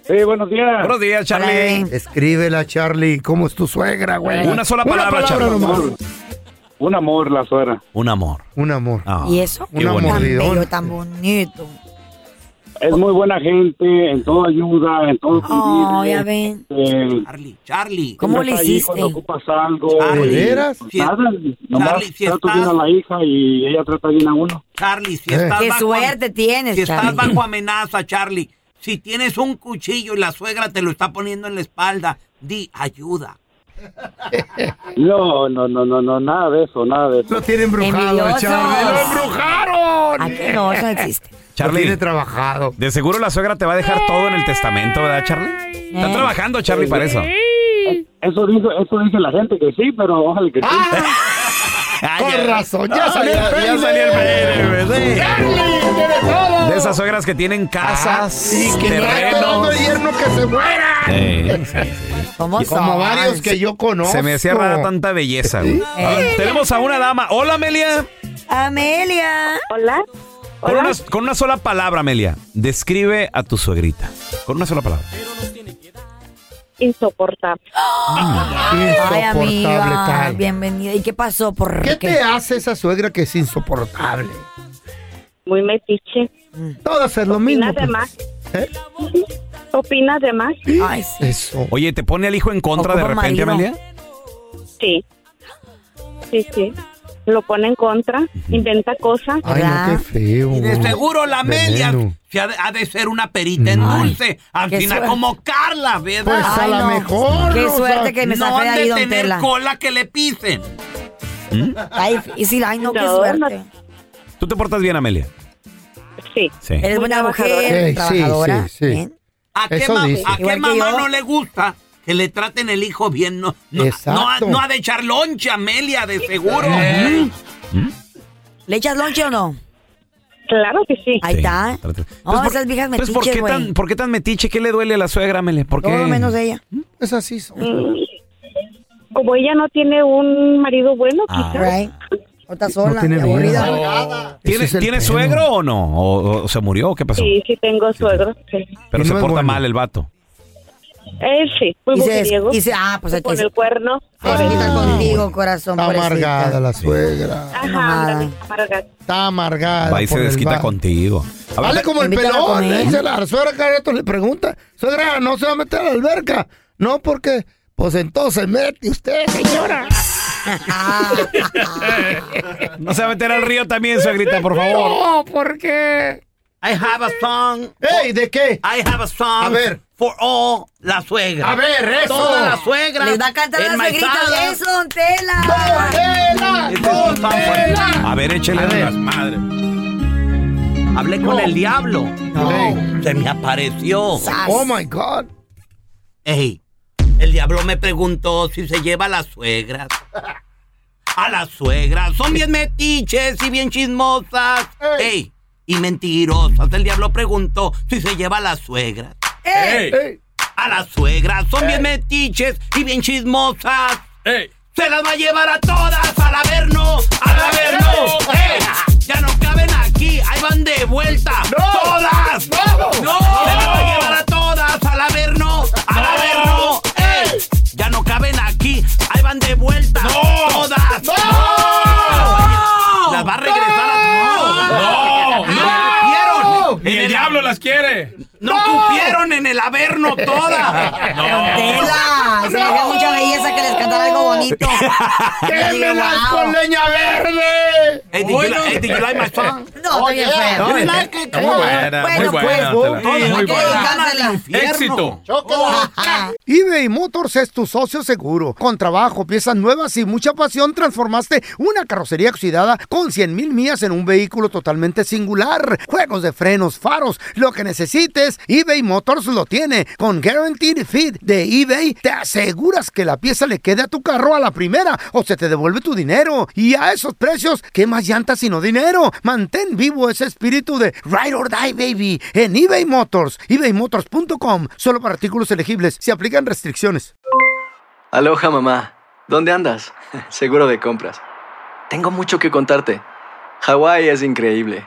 Speaker 12: Sí, buenos días.
Speaker 1: Buenos días, Charlie.
Speaker 4: Escríbela, Charlie. ¿Cómo es tu suegra, güey?
Speaker 1: Una sola palabra, Charlie.
Speaker 4: nomás.
Speaker 11: Un amor, la suegra.
Speaker 1: Un amor.
Speaker 4: Un amor.
Speaker 1: Ah.
Speaker 3: ¿Y eso?
Speaker 4: Un
Speaker 3: tan
Speaker 4: amor.
Speaker 3: bello, tan bonito.
Speaker 11: Es muy buena gente, en todo ayuda, en todo
Speaker 3: Oh,
Speaker 11: convive.
Speaker 3: ya ven.
Speaker 11: Eh,
Speaker 6: Charlie, Charlie.
Speaker 3: ¿Cómo le
Speaker 11: está ahí
Speaker 3: hiciste?
Speaker 11: Cuando ocupas algo.
Speaker 6: Charlie.
Speaker 11: eh,
Speaker 6: ¿Veras?
Speaker 11: pues Nada,
Speaker 6: Charlie,
Speaker 11: nomás
Speaker 6: si
Speaker 11: trato
Speaker 6: estás-
Speaker 11: bien a la hija y ella trata bien a uno.
Speaker 6: Charlie,
Speaker 4: Eh.
Speaker 6: si estás
Speaker 3: Qué
Speaker 6: bajo-
Speaker 3: suerte tienes,
Speaker 6: si estás
Speaker 3: Charlie.
Speaker 6: bajo amenaza, Charlie, si tienes un cuchillo y la suegra te lo está poniendo en la espalda, di ayuda.
Speaker 11: No, no, no, no, no, nada de eso, nada de eso.
Speaker 4: Lo tiene embrujado,
Speaker 6: Envidiosos.
Speaker 4: Charlie. ¡Lo embrujaron!
Speaker 3: Aquí Ah, no, eso no existe.
Speaker 1: Charlie.
Speaker 4: Lo tiene trabajado.
Speaker 1: De seguro la suegra te va a dejar todo en el testamento, ¿verdad, Charlie? Está
Speaker 3: Eh.
Speaker 1: trabajando, Charlie, para eso.
Speaker 11: Eso dice, eso dice la gente que sí, pero ojalá que sí.
Speaker 4: Con razón, Ah, ya salió el
Speaker 1: Ya
Speaker 4: pende.
Speaker 1: salió el pene, güey, sí.
Speaker 4: Charlie, tiene todo.
Speaker 1: De esas suegras que tienen casas,
Speaker 4: Y Ah, que está esperando
Speaker 1: terrenos.
Speaker 4: el yerno que se muera.
Speaker 1: Sí, sí,
Speaker 3: ¿Cómo
Speaker 4: Como varios que yo conozco.
Speaker 1: Se me hacía rara tanta belleza,
Speaker 3: Eh,
Speaker 1: güey. Ah, A ver, Tenemos a una dama. Hola, Amelia.
Speaker 3: Amelia.
Speaker 7: Hola.
Speaker 1: Con una, con una sola palabra, Amelia. Describe a tu suegrita. Con una sola palabra.
Speaker 7: Insoportable.
Speaker 3: Ay, amiga,
Speaker 4: Insoportable, tal.
Speaker 3: bienvenida. ¿Y qué pasó? ¿Por
Speaker 4: ¿Qué te hace esa suegra que es insoportable?
Speaker 7: Muy metiche.
Speaker 4: Todas es lo mismo.
Speaker 7: Opinas de más. Opinas de más.
Speaker 3: Ay, sí.
Speaker 4: Eso.
Speaker 1: Oye, ¿te pone al hijo en contra de
Speaker 7: Ocupa
Speaker 1: repente,
Speaker 7: marido.
Speaker 1: Amelia?
Speaker 7: Sí. Sí, sí. Lo pone en contra, inventa cosas.
Speaker 4: Ay, no, qué feo.
Speaker 6: Y de seguro la Amelia
Speaker 4: Veneno.
Speaker 6: se ha, de- ha de ser una perita en dulce, Antina
Speaker 3: suerte.
Speaker 6: como Carla, ¿verdad?
Speaker 4: Pues a la mejor.
Speaker 3: Qué
Speaker 4: o sea,
Speaker 3: suerte que me
Speaker 6: no
Speaker 3: zafé
Speaker 6: han
Speaker 3: de ahí,
Speaker 6: de
Speaker 3: don
Speaker 6: tener
Speaker 3: Tela.
Speaker 6: cola que le pisen.
Speaker 3: Ay, y sí, ay, no, qué
Speaker 7: No,
Speaker 3: suerte.
Speaker 1: ¿Tú te portas bien, Amelia?
Speaker 7: Sí.
Speaker 1: Sí.
Speaker 3: Eres buena
Speaker 4: Sí, sí,
Speaker 3: mujer, trabajadora.
Speaker 4: sí, sí.
Speaker 3: bien.
Speaker 6: ¿A qué,
Speaker 4: Eso
Speaker 6: ma-
Speaker 4: dice.
Speaker 6: a qué
Speaker 4: Igual que
Speaker 6: mamá
Speaker 4: yo.
Speaker 6: no le gusta que le traten el hijo bien? No, no, no, ha,
Speaker 4: Exacto.
Speaker 6: no ha de echar loncha, Amelia, de seguro. ¿eh?
Speaker 3: ¿Le echas lonche o no?
Speaker 7: Claro que sí.
Speaker 3: Ahí está.
Speaker 1: Entonces,
Speaker 3: No, esas viejas
Speaker 1: entonces, Pues ¿por,
Speaker 3: metiches,
Speaker 1: qué
Speaker 3: güey.
Speaker 1: tan, ¿Por qué tan metiche? ¿Qué le duele a la suegra, Amelia? ¿Por qué?
Speaker 3: Todo menos ella.
Speaker 4: Es así. son.
Speaker 7: Mm, Como ella no tiene un marido bueno,
Speaker 1: Ah.
Speaker 7: quizás.
Speaker 3: O está sola,
Speaker 1: tiene
Speaker 3: y aburrida.
Speaker 1: ¿Tiene, ¿tiene suegro o no? ¿O, o se murió? ¿O qué pasó?
Speaker 7: Sí, sí tengo suegro. sí.
Speaker 1: Pero se porta mal el vato.
Speaker 7: Él sí, muy
Speaker 3: Y se-
Speaker 7: mujeriego.
Speaker 3: y se- ah, pues hay
Speaker 7: Con
Speaker 3: que-
Speaker 7: el cuerno.
Speaker 3: Se quita contigo, corazón.
Speaker 4: Está
Speaker 3: pobrecita.
Speaker 4: amargada la suegra.
Speaker 7: Ajá, ándale, amargada.
Speaker 4: Está amargada.
Speaker 1: Va y se
Speaker 4: por el
Speaker 1: desquita
Speaker 4: va-
Speaker 1: contigo. A ver,
Speaker 4: Vale como el
Speaker 1: invítala a
Speaker 4: pelón.
Speaker 1: comer.
Speaker 4: ¿eh? Dice La suegra cada rato le pregunta, suegra, ¿no se va a meter a la alberca? No, porque, pues entonces, mete usted, señora.
Speaker 1: No se va a meter al río también, suegrita, por favor.
Speaker 4: No, ¿por qué?
Speaker 6: I have a song.
Speaker 4: Hey, ¿de qué?
Speaker 6: I have a song.
Speaker 4: A ver.
Speaker 6: For all la suegra.
Speaker 4: A ver, eso.
Speaker 6: Toda la suegra.
Speaker 3: Les va a cantar
Speaker 6: en
Speaker 3: la
Speaker 6: my
Speaker 3: suegrita.
Speaker 6: sala.
Speaker 3: Eso, don Tela.
Speaker 6: Este es un song for-
Speaker 1: A ver, échele las
Speaker 6: madres. Hablé con el diablo. Se me apareció.
Speaker 4: Sas. Oh, my God.
Speaker 6: Ey, el diablo me preguntó si se lleva a las suegras. A las suegras. Son bien metiches y bien chismosas. Ey, y mentirosas. El diablo preguntó si se lleva a las suegras.
Speaker 2: Ey.
Speaker 6: A las suegras. Son bien metiches y bien chismosas. Se las va a llevar a todas al averno. Al averno. Ey, ya no caben aquí. Ahí van de vuelta. ¡Todas! ¡No! Se las va a llevar a todas al averno. Al averno. Ey, ya no caben aquí. Ahí van de vuelta. ¡Todas! ¡Las va a regresar a todas! ¡No!
Speaker 10: Ni el diablo las quiere.
Speaker 6: ¡No cupieron en el averno todas!
Speaker 3: Tela. Se le da mucha belleza que les cantara algo bonito.
Speaker 6: ¡Quémelas
Speaker 4: con leña verde!
Speaker 6: Hey, did, you like, hey, did you like my song?
Speaker 3: No, está bien fea.
Speaker 6: No,
Speaker 3: Muy
Speaker 6: like it? Come on.
Speaker 3: Bueno, pues,
Speaker 6: Todas
Speaker 3: Tela.
Speaker 6: las
Speaker 3: Muy
Speaker 6: que
Speaker 3: buena.
Speaker 6: ganan al infierno.
Speaker 4: eBay Motors es tu socio seguro. Con trabajo, piezas nuevas y mucha pasión, transformaste una carrocería oxidada con 100 mil millas en un vehículo totalmente singular. Juegos de frenos, faros, lo que necesites, eBay Motors lo tiene. Con Guaranteed Fit de eBay, te aseguras que la pieza le quede a tu carro a la primera o se te devuelve tu dinero. Y a esos precios, ¿qué más llantas sino dinero? Mantén vivo ese espíritu de Ride or Die, baby, en eBay Motors. ebaymotors.com, solo para artículos elegibles. Se aplican restricciones.
Speaker 13: Aloha mamá, ¿dónde andas? Seguro de compras. Tengo mucho que contarte. Hawái es increíble.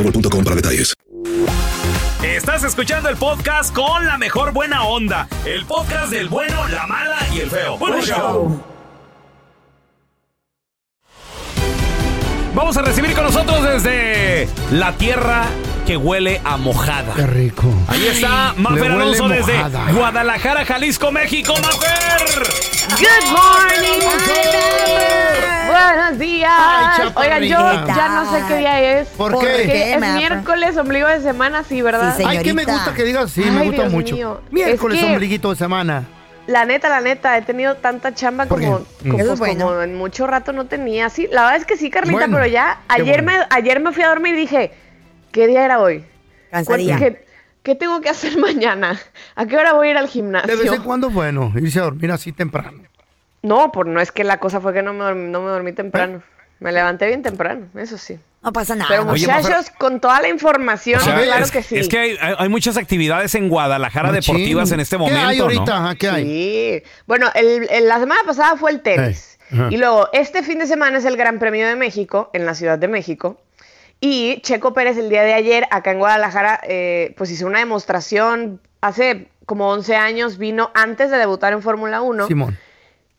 Speaker 9: para detalles.
Speaker 1: Estás escuchando el podcast con la mejor buena onda. El podcast del bueno, la mala y el feo. Bueno, show. Vamos a recibir con nosotros desde la tierra que huele a mojada.
Speaker 4: Qué rico.
Speaker 1: Ahí está
Speaker 4: Le
Speaker 1: Mafer
Speaker 4: huele
Speaker 1: Alonso desde
Speaker 4: mojada.
Speaker 1: Guadalajara, Jalisco, México. ¡Mafer!
Speaker 14: Good morning. Buenos días.
Speaker 1: Ay,
Speaker 14: Oigan, yo
Speaker 1: chaparrita.
Speaker 14: ya no sé qué día es.
Speaker 4: ¿Por qué? ¿Por qué,
Speaker 14: Porque es
Speaker 4: Mafer?
Speaker 14: miércoles, ombligo de semana, sí, ¿verdad?
Speaker 4: Ay, que me gusta que digas, sí, me
Speaker 14: Ay,
Speaker 4: gusta
Speaker 14: Dios
Speaker 4: mucho.
Speaker 14: mío.
Speaker 4: Miércoles,
Speaker 14: Es que,
Speaker 4: ombliguito de semana.
Speaker 14: La neta, la neta, he tenido tanta chamba como,
Speaker 4: qué? Mm.
Speaker 14: como,
Speaker 4: Eso es
Speaker 14: como en mucho rato no tenía. Sí, la verdad es que sí, Carlita,
Speaker 3: Bueno,
Speaker 14: pero ya
Speaker 3: qué
Speaker 14: ayer,
Speaker 3: bueno.
Speaker 14: me, ayer me fui a dormir y dije, ¿qué día era hoy?
Speaker 3: Cansadilla.
Speaker 14: ¿Qué, qué tengo que hacer mañana? ¿A qué hora voy a ir al
Speaker 4: De
Speaker 14: gimnasio?
Speaker 4: vez en cuando, bueno, irse a dormir así temprano.
Speaker 14: No, por no es que la cosa fue que no me dormí, no me dormí temprano. Me levanté bien temprano, eso sí.
Speaker 3: No pasa nada.
Speaker 14: Pero
Speaker 1: Oye,
Speaker 14: muchachos, con toda la información,
Speaker 1: O sea,
Speaker 14: claro
Speaker 1: es,
Speaker 14: que sí.
Speaker 1: es que hay, hay- hay muchas actividades en Guadalajara
Speaker 4: Machín.
Speaker 1: deportivas en este
Speaker 4: ¿Qué hay
Speaker 1: momento. ¿no?
Speaker 4: ahorita? Ajá, ¿qué hay?
Speaker 14: Sí. Bueno, el- el- la semana pasada fue el tenis.
Speaker 4: Ey, ajá.
Speaker 14: Y luego, este fin de semana es el Gran Premio de México, en la Ciudad de México. Y Checo Pérez el día de ayer, acá en Guadalajara, eh, pues hizo una demostración. Hace como 11 años vino antes de debutar en Fórmula 1.
Speaker 4: Simón.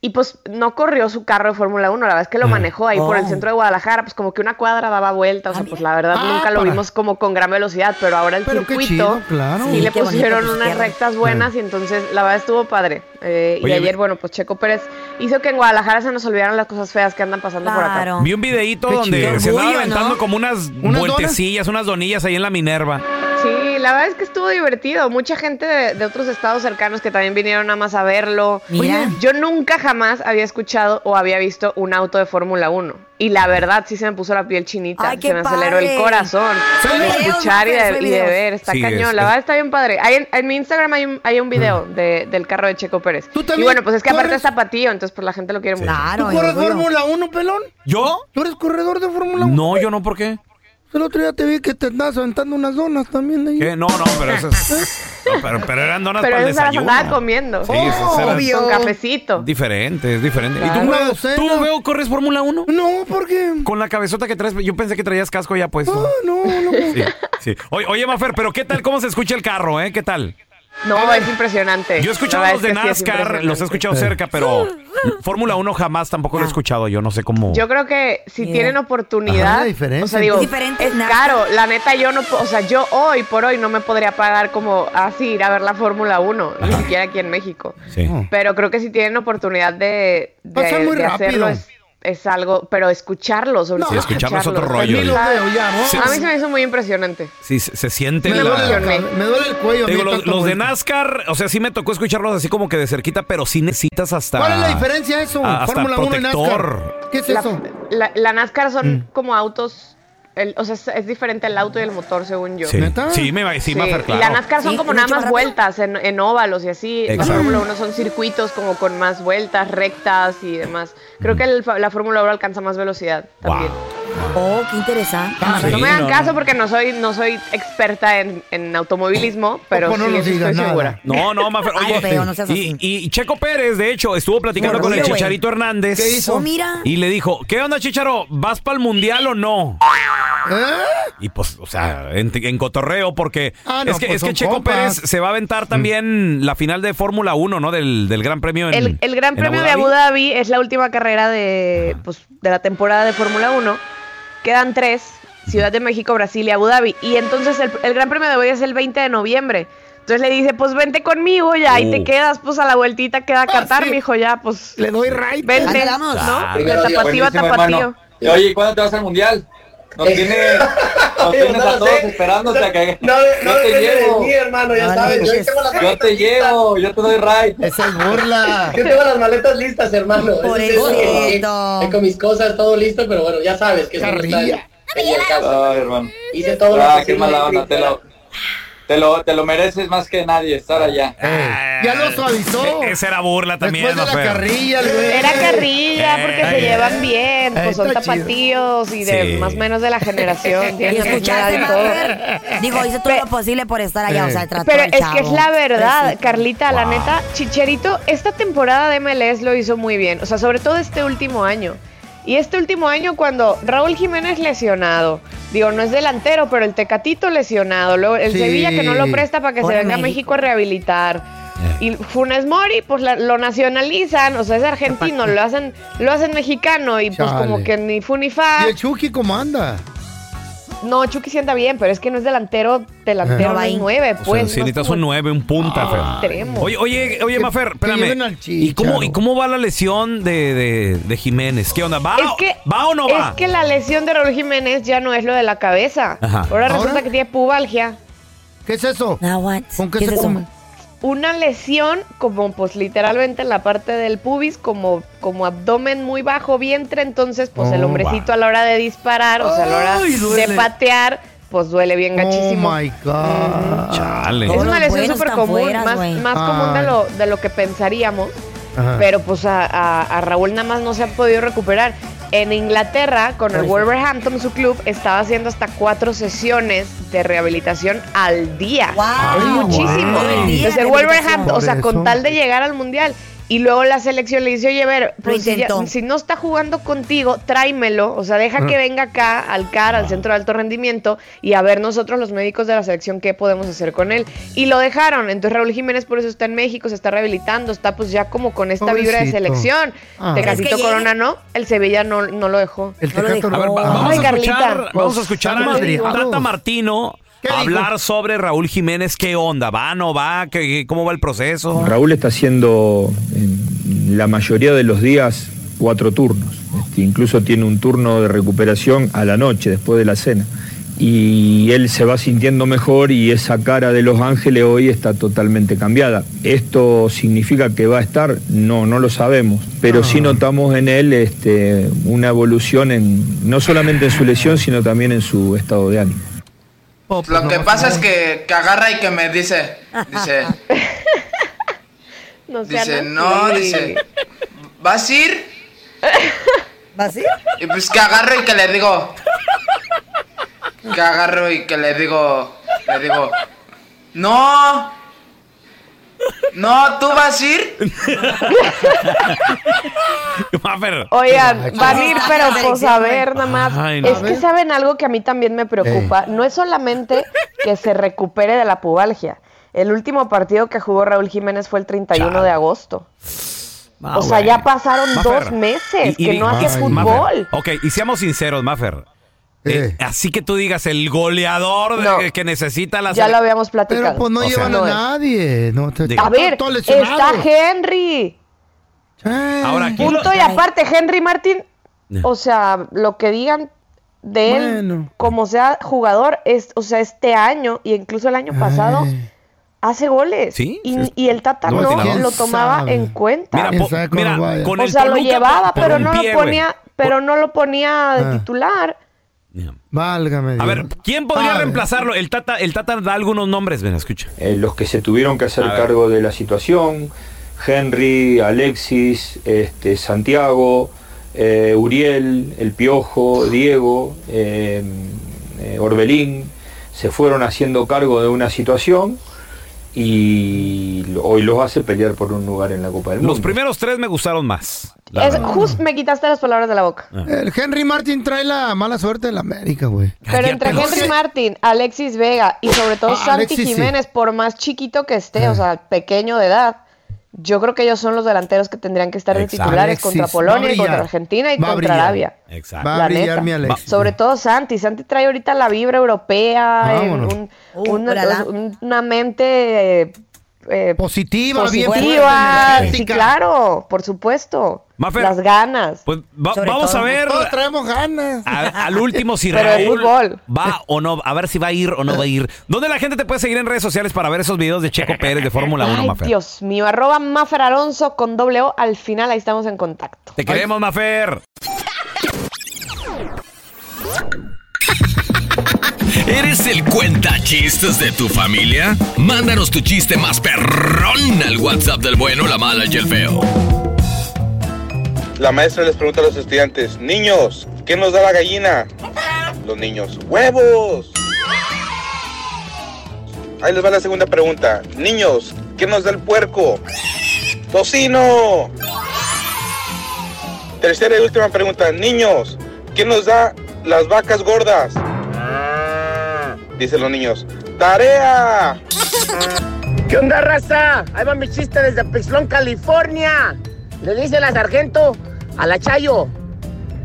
Speaker 14: Y pues no corrió su carro de Fórmula 1, la verdad es que lo manejó ahí por el
Speaker 15: Oh. Ah,
Speaker 14: centro de Guadalajara, pues como que una cuadra daba vuelta, o sea, pues la verdad nunca lo
Speaker 15: para.
Speaker 14: vimos como con gran velocidad, pero ahora el
Speaker 15: Pero qué
Speaker 14: circuito
Speaker 15: chido, claro.
Speaker 14: sí,
Speaker 15: Sí,
Speaker 14: le
Speaker 15: qué bonito
Speaker 14: pusieron
Speaker 15: que
Speaker 14: unas
Speaker 15: hicieron.
Speaker 14: rectas buenas y entonces la verdad estuvo padre. Eh, y
Speaker 1: Oye,
Speaker 14: ayer, bueno, pues Checo Pérez hizo que en Guadalajara se nos olvidaran las cosas feas que andan pasando por acá.
Speaker 1: Vi un videíto
Speaker 14: Qué
Speaker 1: donde
Speaker 14: chido.
Speaker 1: se
Speaker 14: Orgullo,
Speaker 1: estaba aventando
Speaker 14: ¿no?
Speaker 1: como unas,
Speaker 14: ¿Unas
Speaker 1: vueltecillas, unas donillas ahí en la Minerva.
Speaker 14: Sí, la verdad es que estuvo divertido. Mucha gente de, de otros estados cercanos que también vinieron nada más a verlo.
Speaker 3: Mira.
Speaker 14: Oye, Yo nunca jamás había escuchado o había visto un auto de Fórmula 1. Y la verdad sí se me puso la piel chinita.
Speaker 3: Ay, qué
Speaker 14: se me aceleró
Speaker 3: padre.
Speaker 14: el corazón.
Speaker 3: Sube
Speaker 14: de
Speaker 3: videos,
Speaker 14: escuchar y
Speaker 3: Mafer, sube
Speaker 14: de, y de
Speaker 3: videos.
Speaker 14: ver. Está
Speaker 3: Sí,
Speaker 14: cañón.
Speaker 3: es-
Speaker 14: la verdad está bien padre. Hay en, en mi Instagram hay un, hay un video de- del carro de Checo Pérez. y bueno, pues es que aparte es zapatillo, entonces pues la gente lo quiere mucho.
Speaker 4: ¿Tú corres Fórmula 1, pelón?
Speaker 1: ¿Yo?
Speaker 4: ¿Tú eres corredor de Fórmula 1?
Speaker 1: No, yo no, ¿por qué?
Speaker 4: El otro día te vi que te andabas aventando unas donas también. De ahí.
Speaker 1: ¿Qué? No, no, pero esas. no, pero, pero eran donas
Speaker 14: Pero
Speaker 1: para el
Speaker 14: eso se las
Speaker 1: desayuno.
Speaker 14: andaba comiendo.
Speaker 1: Sí, esas eran- Obvio.
Speaker 14: Con cafecito.
Speaker 1: Diferente, es diferente. ¿Y tú,
Speaker 4: Claro.
Speaker 1: Veo, tú veo, corres Fórmula 1?
Speaker 4: No, porque.
Speaker 1: Con la cabezota que traes, yo pensé que traías casco ya puesto.
Speaker 4: No, no.
Speaker 1: Sí, sí. Oye, oye, Mafer, pero ¿qué tal cómo se escucha el carro, eh? ¿Qué tal?
Speaker 14: No, es impresionante.
Speaker 1: Yo he escuchado
Speaker 14: La
Speaker 1: los
Speaker 14: verdad
Speaker 1: de
Speaker 14: es que sí es
Speaker 1: NASCAR, los he
Speaker 14: impresionante. Ah.
Speaker 1: escuchado cerca, pero Fórmula 1 jamás tampoco lo he escuchado. Yo no sé cómo.
Speaker 14: Yo creo que si tienen
Speaker 1: Ajá,
Speaker 14: oportunidad,
Speaker 1: la diferencia.
Speaker 14: o sea, digo,
Speaker 1: Es
Speaker 14: es, caro. La neta, yo no, po- o sea, yo hoy por hoy no me podría pagar como así ir a ver la Fórmula 1, ni siquiera aquí en México.
Speaker 1: Sí.
Speaker 14: Pero creo que si tienen oportunidad de, de,
Speaker 4: Pasa muy
Speaker 14: de hacerlo,
Speaker 4: rápido.
Speaker 14: es, es algo, pero escucharlo sobre
Speaker 1: Sí,
Speaker 14: todo,
Speaker 1: escucharlo es otro rollo.
Speaker 14: O
Speaker 1: Ni
Speaker 4: lo
Speaker 14: sea,
Speaker 4: veo, ya, ¿no?
Speaker 14: A mí se me hizo muy impresionante.
Speaker 1: Sí, se, se siente
Speaker 4: Me
Speaker 1: la-
Speaker 4: duele, me duele el cuello. a mí
Speaker 1: Digo, los,
Speaker 4: tanto
Speaker 1: los de
Speaker 4: golpe.
Speaker 1: NASCAR, o sea, sí me tocó escucharlos así como que de cerquita, pero sí necesitas hasta.
Speaker 4: ¿Cuál es la diferencia de eso?
Speaker 1: Ah, hasta
Speaker 4: Fórmula 1 y
Speaker 1: protector.
Speaker 4: NASCAR. ¿Qué es
Speaker 14: La-
Speaker 4: eso?
Speaker 14: La, la NASCAR son
Speaker 1: Mm.
Speaker 14: como autos, el- o sea, es, es diferente el auto y el motor, según yo.
Speaker 1: Sí, sí, me va sí, Mafer,
Speaker 14: Y
Speaker 1: claro.
Speaker 14: la NASCAR son
Speaker 3: Sí,
Speaker 14: como
Speaker 3: mucho
Speaker 14: nada más
Speaker 3: más rápido.
Speaker 14: vueltas en, en óvalos y así. La
Speaker 1: Exacto.
Speaker 14: Fórmula 1 son circuitos como con más vueltas, rectas y demás.
Speaker 1: Mm.
Speaker 14: Creo que el fa- la Fórmula 1 alcanza más velocidad también.
Speaker 3: Oh, qué interesante.
Speaker 14: no me hagan caso porque no soy, no soy experta en, en automovilismo, pero
Speaker 3: Pues no
Speaker 14: sí
Speaker 3: nos
Speaker 14: estoy
Speaker 3: digas nada.
Speaker 14: segura.
Speaker 1: No, no, Mafer.
Speaker 3: Ay,
Speaker 1: Oye,
Speaker 3: feo, no seas
Speaker 1: y, y Checo Pérez, de hecho, estuvo platicando con el
Speaker 3: Orgullo, güey.
Speaker 1: Chicharito Hernández.
Speaker 3: ¿Qué hizo? Oh, mira.
Speaker 1: Y le dijo, ¿qué onda, Chicharo? ¿Vas para el mundial o no? Y pues, o sea, en, en cotorreo, porque
Speaker 6: Ah, no,
Speaker 1: es que,
Speaker 6: pues
Speaker 1: es que
Speaker 6: son
Speaker 1: Checo
Speaker 6: compas.
Speaker 1: Pérez se va a aventar también la final de Fórmula 1, ¿no? Del, del Gran Premio en
Speaker 14: el, el Gran
Speaker 1: en
Speaker 14: Premio de Abu Dhabi es la última carrera de, pues, de la temporada de Fórmula 1. Quedan tres, Ciudad de México, Brasil y Abu Dhabi. Y entonces el, el Gran Premio de hoy es el 20 de noviembre. Entonces le dice, pues vente conmigo ya, y te
Speaker 1: Uh.
Speaker 14: quedas, pues a la vueltita queda Qatar, mijo, ya, pues...
Speaker 4: Ah, Le doy right.
Speaker 14: Vente,
Speaker 4: Vamos.
Speaker 14: ¿no?
Speaker 4: Ah,
Speaker 14: De
Speaker 4: buenísimo,
Speaker 14: tapatío a
Speaker 4: hermano.
Speaker 14: tapatío.
Speaker 16: Y oye, ¿cuándo te vas al mundial? Nos tiene, nos tienes
Speaker 17: Eh. no
Speaker 16: a
Speaker 17: lo
Speaker 16: todos
Speaker 17: sé.
Speaker 16: esperándote a que
Speaker 17: No, no
Speaker 16: yo te
Speaker 17: depende de
Speaker 16: llevo.
Speaker 17: mí, hermano, ya sabes, yo ahí tengo las
Speaker 16: Yo te llevo, yo te doy ride.
Speaker 4: Esa es burla.
Speaker 17: Yo tengo las maletas listas, hermano.
Speaker 16: Por
Speaker 17: Ese es
Speaker 16: eso.
Speaker 17: el que- que Con mis cosas, todo listo, pero bueno, ya sabes que eso no está en- en el caso.
Speaker 16: Ay, hermano.
Speaker 17: Hice todo lo
Speaker 16: ah,
Speaker 17: posible.
Speaker 16: qué mala onda, te lo, te lo, te lo mereces más que nadie estar allá.
Speaker 1: Eh.
Speaker 4: Ya lo suavizó.
Speaker 1: E, Esa era burla también.
Speaker 4: Después de la
Speaker 1: Mafer.
Speaker 4: carrilla, el güey.
Speaker 14: Era carrilla porque se
Speaker 1: Ay,
Speaker 14: llevan bien,
Speaker 1: ay,
Speaker 14: pues son
Speaker 1: está chido.
Speaker 14: tapatíos y de
Speaker 1: Sí.
Speaker 14: más o menos de la generación.
Speaker 3: Y
Speaker 14: tienen
Speaker 3: escuchaste,
Speaker 14: edad y todo.
Speaker 3: Mafer. Digo, hice todo lo posible por estar allá, o sea, trató
Speaker 14: Pero
Speaker 3: al
Speaker 14: es
Speaker 3: chavo. Pues
Speaker 14: que es la verdad,
Speaker 3: Pobrecito.
Speaker 14: Carlita, la
Speaker 3: Wow.
Speaker 14: neta, Chicherito, esta temporada de MLS lo hizo muy bien, o sea, sobre todo este último año. Y este último año cuando Raúl Jiménez lesionado, digo, no es delantero, pero el Tecatito lesionado, luego el
Speaker 15: Sí.
Speaker 14: Sevilla que no lo presta para que se
Speaker 15: Pobre
Speaker 14: venga a México
Speaker 15: México.
Speaker 14: a rehabilitar. Y Funes Mori, pues la- lo nacionalizan, o sea, es argentino, lo hacen, lo hacen mexicano y pues como
Speaker 4: Chale.
Speaker 14: que ni fu ni fa.
Speaker 4: ¿Y el Chucky cómo anda?
Speaker 14: No, Chucky sienta bien, pero es que no es delantero, delantero
Speaker 1: Ajá.
Speaker 14: no es nueve,
Speaker 1: O sea,
Speaker 14: pues.
Speaker 1: sí
Speaker 14: no Ah, es
Speaker 1: necesitas
Speaker 14: como-
Speaker 1: un 9, un punta, Fer.
Speaker 14: extremo.
Speaker 1: Oye, oye, oye,
Speaker 14: Que-
Speaker 1: Mafer,
Speaker 14: que
Speaker 1: espérame.
Speaker 14: lleven al
Speaker 1: ¿Y cómo, ¿Y cómo va la lesión de, de- de Jiménez? ¿Qué onda? ¿Va,
Speaker 14: Es
Speaker 1: o-
Speaker 14: que-
Speaker 1: ¿va o no va?
Speaker 14: Es que la lesión de Raúl Jiménez ya no es lo de la cabeza.
Speaker 1: Ajá.
Speaker 14: Ahora resulta que tiene pubalgia.
Speaker 4: ¿Qué es eso? ¿Con qué,
Speaker 14: ¿Qué
Speaker 4: se
Speaker 14: es eso?
Speaker 4: come?
Speaker 14: Una lesión como pues literalmente en la parte del pubis, como, como abdomen muy bajo, vientre, entonces pues el
Speaker 4: Oh,
Speaker 14: hombrecito a la hora de disparar, o sea, a la hora
Speaker 4: Ay, duele.
Speaker 14: de patear, pues duele bien gachísimo.
Speaker 4: Oh my God.
Speaker 1: Chale.
Speaker 14: es una lesión
Speaker 3: buenos
Speaker 14: súper
Speaker 3: tan
Speaker 14: común,
Speaker 3: fueras,
Speaker 14: más,
Speaker 3: güey.
Speaker 14: más común de
Speaker 3: Ay.
Speaker 14: lo, de lo que pensaríamos.
Speaker 3: Ajá.
Speaker 14: Pero pues a, a- a Raúl nada más no se ha podido recuperar. En Inglaterra, con el
Speaker 3: Ay.
Speaker 14: Wolverhampton, su club estaba haciendo hasta cuatro sesiones de rehabilitación al día. Es muchísimo.
Speaker 3: Wow.
Speaker 14: Entonces el
Speaker 3: Wow.
Speaker 14: Wolverhampton, o sea,
Speaker 3: Por
Speaker 14: con
Speaker 3: eso.
Speaker 14: tal de llegar al Mundial. Y luego la selección le dice, oye, a ver, pues si, ya-
Speaker 3: intentó.
Speaker 14: si no está jugando contigo, tráemelo. O sea, deja que
Speaker 3: Ah.
Speaker 14: venga acá al CAR, al Centro de Alto Rendimiento, y a ver nosotros los médicos de la selección qué podemos hacer con él. Y lo dejaron. Entonces Raúl Jiménez por eso está en México, se está rehabilitando, está pues ya como con esta vibra de
Speaker 3: Pobrecito.
Speaker 14: selección.
Speaker 3: Ah.
Speaker 14: Tecatito
Speaker 3: ¿Crees que
Speaker 14: Corona no, el Sevilla no, no lo dejó.
Speaker 4: El
Speaker 14: no lo
Speaker 4: Tecato
Speaker 14: dejó.
Speaker 4: no.
Speaker 1: A ver, va-
Speaker 4: Ay,
Speaker 1: vamos, a
Speaker 14: Carlita.
Speaker 1: escuchar,
Speaker 14: Pues,
Speaker 1: vamos a escuchar
Speaker 14: Están
Speaker 1: a
Speaker 14: madrigados.
Speaker 1: Tata Martino hablar sobre Raúl Jiménez. ¿Qué onda? ¿Va, no va? ¿Qué, qué- cómo va el proceso?
Speaker 15: Raúl está haciendo en la mayoría de los días cuatro turnos. Este, incluso tiene un turno de recuperación a la noche, después de la cena. Y él se va sintiendo mejor y esa cara de Los Ángeles hoy está totalmente cambiada. ¿Esto significa que va a estar? No, no lo sabemos. Pero sí notamos en él este, una evolución en, no solamente en su lesión, sino también en su estado de ánimo.
Speaker 18: Lo que pasa es que, que agarra y que me dice, dice,
Speaker 14: No sean
Speaker 18: dice,
Speaker 14: así.
Speaker 18: no, dice, ¿vas a ir?
Speaker 3: ¿Vas a ir?
Speaker 18: Y pues que agarro y que le digo, que agarro y que le digo, le digo, no, no, ¿tú vas a ir?
Speaker 14: Oigan, van a ir, pero pues a
Speaker 18: Selección.
Speaker 14: ver, nada más.
Speaker 18: Ay, no.
Speaker 14: es
Speaker 18: A
Speaker 14: que
Speaker 18: ver.
Speaker 14: saben algo que a mí también me
Speaker 1: Eh.
Speaker 14: preocupa. No es solamente que se recupere de la pubalgia. El último partido que jugó Raúl Jiménez fue el 31 de agosto.
Speaker 1: Ah,
Speaker 14: o sea,
Speaker 1: bueno.
Speaker 14: ya pasaron
Speaker 1: Mafer,
Speaker 14: dos meses
Speaker 1: y- y
Speaker 14: que
Speaker 1: di-
Speaker 14: no hace
Speaker 1: Ay,
Speaker 14: fútbol.
Speaker 1: Mafer, Ok, y seamos sinceros, Mafer. Eh, así que tú digas el goleador de- que, necesita la
Speaker 14: Ya
Speaker 1: sele-
Speaker 14: lo habíamos platicado.
Speaker 4: Pero pues no
Speaker 1: O sea,
Speaker 4: llevan
Speaker 1: no
Speaker 4: a
Speaker 1: es.
Speaker 4: nadie. No, te-
Speaker 14: A
Speaker 4: todo-
Speaker 14: ver,
Speaker 4: todo lesionado.
Speaker 14: está Henry.
Speaker 1: Ahora aquí lo-
Speaker 14: Punto y aparte, Henry Martín, o sea, lo que digan de él, como sea jugador, es, o sea, este año y incluso el año pasado, hace goles.
Speaker 1: Sí,
Speaker 14: y,
Speaker 1: sí.
Speaker 14: y el Tata
Speaker 1: No,
Speaker 14: no,
Speaker 1: sí, no.
Speaker 14: lo tomaba
Speaker 1: Sabe.
Speaker 14: en cuenta.
Speaker 1: Mira, po- mira, con
Speaker 14: o
Speaker 1: el
Speaker 14: sea, lo
Speaker 1: Toluca
Speaker 14: llevaba,
Speaker 1: por
Speaker 14: pero
Speaker 1: un
Speaker 14: no
Speaker 1: pie,
Speaker 14: lo
Speaker 1: güey.
Speaker 14: ponía, pero no lo ponía de
Speaker 1: Ah.
Speaker 14: titular.
Speaker 4: Válgame.
Speaker 1: A ver, ¿quién
Speaker 14: Ah.
Speaker 1: podría reemplazarlo? El Tata, el Tata da algunos nombres, ven, escucha.
Speaker 15: eh, los que se tuvieron que hacer
Speaker 1: A ver.
Speaker 15: cargo de la situación, Henry, Alexis, este, Santiago, eh, Uriel, El Piojo, Diego, eh, eh, Orbelín, se fueron haciendo cargo de una situación y lo- hoy los hace pelear por un lugar en la Copa del Mundo.
Speaker 1: Los primeros tres me gustaron más. la
Speaker 14: Es,
Speaker 1: verdad. Ah.
Speaker 14: justo me quitaste las palabras de la boca.
Speaker 4: El Henry Martin trae la mala suerte de la América, güey.
Speaker 14: Pero entre Henry Martin, Alexis Vega y sobre todo
Speaker 4: Ah,
Speaker 14: Santi
Speaker 4: Alexis, sí. Ah.
Speaker 14: Jiménez, por más chiquito que esté, o sea, pequeño de edad, yo creo que ellos son los delanteros que tendrían que estar de
Speaker 4: Exacto.
Speaker 14: titulares
Speaker 4: Alexis
Speaker 14: contra
Speaker 4: va a
Speaker 14: Polonia, y
Speaker 4: brillar.
Speaker 14: contra Argentina y
Speaker 4: Va a
Speaker 14: contra
Speaker 4: brillar.
Speaker 14: Arabia.
Speaker 1: Exacto.
Speaker 4: Va a
Speaker 14: La
Speaker 4: brillar
Speaker 14: neta.
Speaker 4: mi Alexis.
Speaker 14: Sobre todo Santi. Santi trae ahorita la vibra europea, eh,
Speaker 4: Vámonos.
Speaker 14: un-
Speaker 3: Uh,
Speaker 14: una,
Speaker 3: ulala.
Speaker 14: un- una mente eh, eh,
Speaker 4: Positiva, bien fuerte,
Speaker 14: positiva. Sí,
Speaker 4: energética.
Speaker 14: claro, por supuesto.
Speaker 1: Mafer.
Speaker 14: Las ganas.
Speaker 1: Pues va- vamos a ver
Speaker 4: Todos traemos ganas.
Speaker 1: a- al último si
Speaker 14: Pero de
Speaker 1: Raúl
Speaker 14: fútbol.
Speaker 1: va o no, a ver si va a ir o no va a ir. ¿Dónde la gente te puede seguir en redes sociales para ver esos videos de Checo Pérez de Fórmula 1,
Speaker 14: Ay,
Speaker 1: Mafer?
Speaker 14: Dios mío, arroba Mafer Alonso con doble O al final, ahí estamos en contacto.
Speaker 1: Te queremos, Mafer.
Speaker 19: ¿Eres el cuenta chistes de tu familia? Mándanos tu chiste más perrón al WhatsApp del bueno, la mala y el feo.
Speaker 20: La maestra les pregunta a los estudiantes, niños, ¿qué nos da la gallina? Los niños, huevos. Ahí les va la segunda pregunta. Niños, ¿qué nos da el puerco? Tocino. Tercera y última pregunta. Niños, ¿qué nos da las vacas gordas? Dicen los niños, tarea.
Speaker 21: ¿Qué onda, raza? Ahí va mi chiste desde Pixlón, California. Le dice la sargento a la Chayo.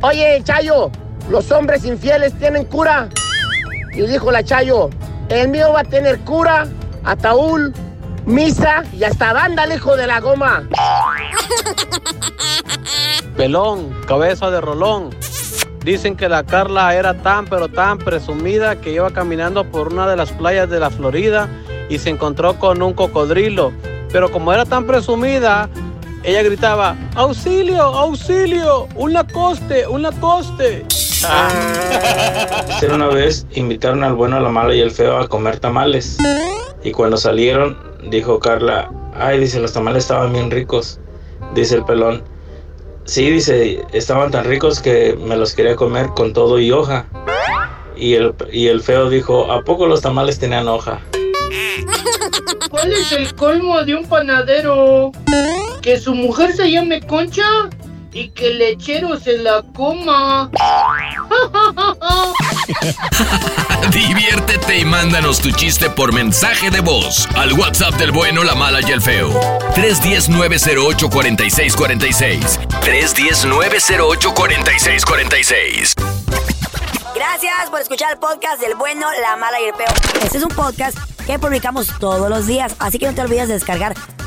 Speaker 21: Oye, Chayo, los hombres infieles tienen cura. Y dijo la Chayo, el mío va a tener cura, ataúd, misa y hasta banda, el hijo de la goma.
Speaker 22: Pelón, cabeza de rolón. Dicen que la Carla era tan pero tan presumida que iba caminando por una de las playas de la Florida y se encontró con un cocodrilo. Pero como era tan presumida, ella gritaba, auxilio, auxilio, un lacoste, un lacoste.
Speaker 23: Hacer una vez invitaron al bueno, a la mala y el feo a comer tamales. Y cuando salieron, dijo Carla, ay, dice, los tamales estaban bien ricos. Dice el pelón, sí, dice, estaban tan ricos que me los quería comer con todo y hoja. Y el, y el feo dijo, ¿a poco los tamales tenían hoja?
Speaker 24: ¿Cuál es el colmo de un panadero?
Speaker 5: Que su mujer se llame Concha y que el lechero se la coma.
Speaker 19: Diviértete y mándanos tu chiste por mensaje de voz al WhatsApp del bueno, la mala y el feo. 310-908-4646. 310-908-4646.
Speaker 3: Gracias por escuchar el podcast del bueno, la mala y el peor. Este es un podcast que publicamos todos los días, así que no te olvides de descargar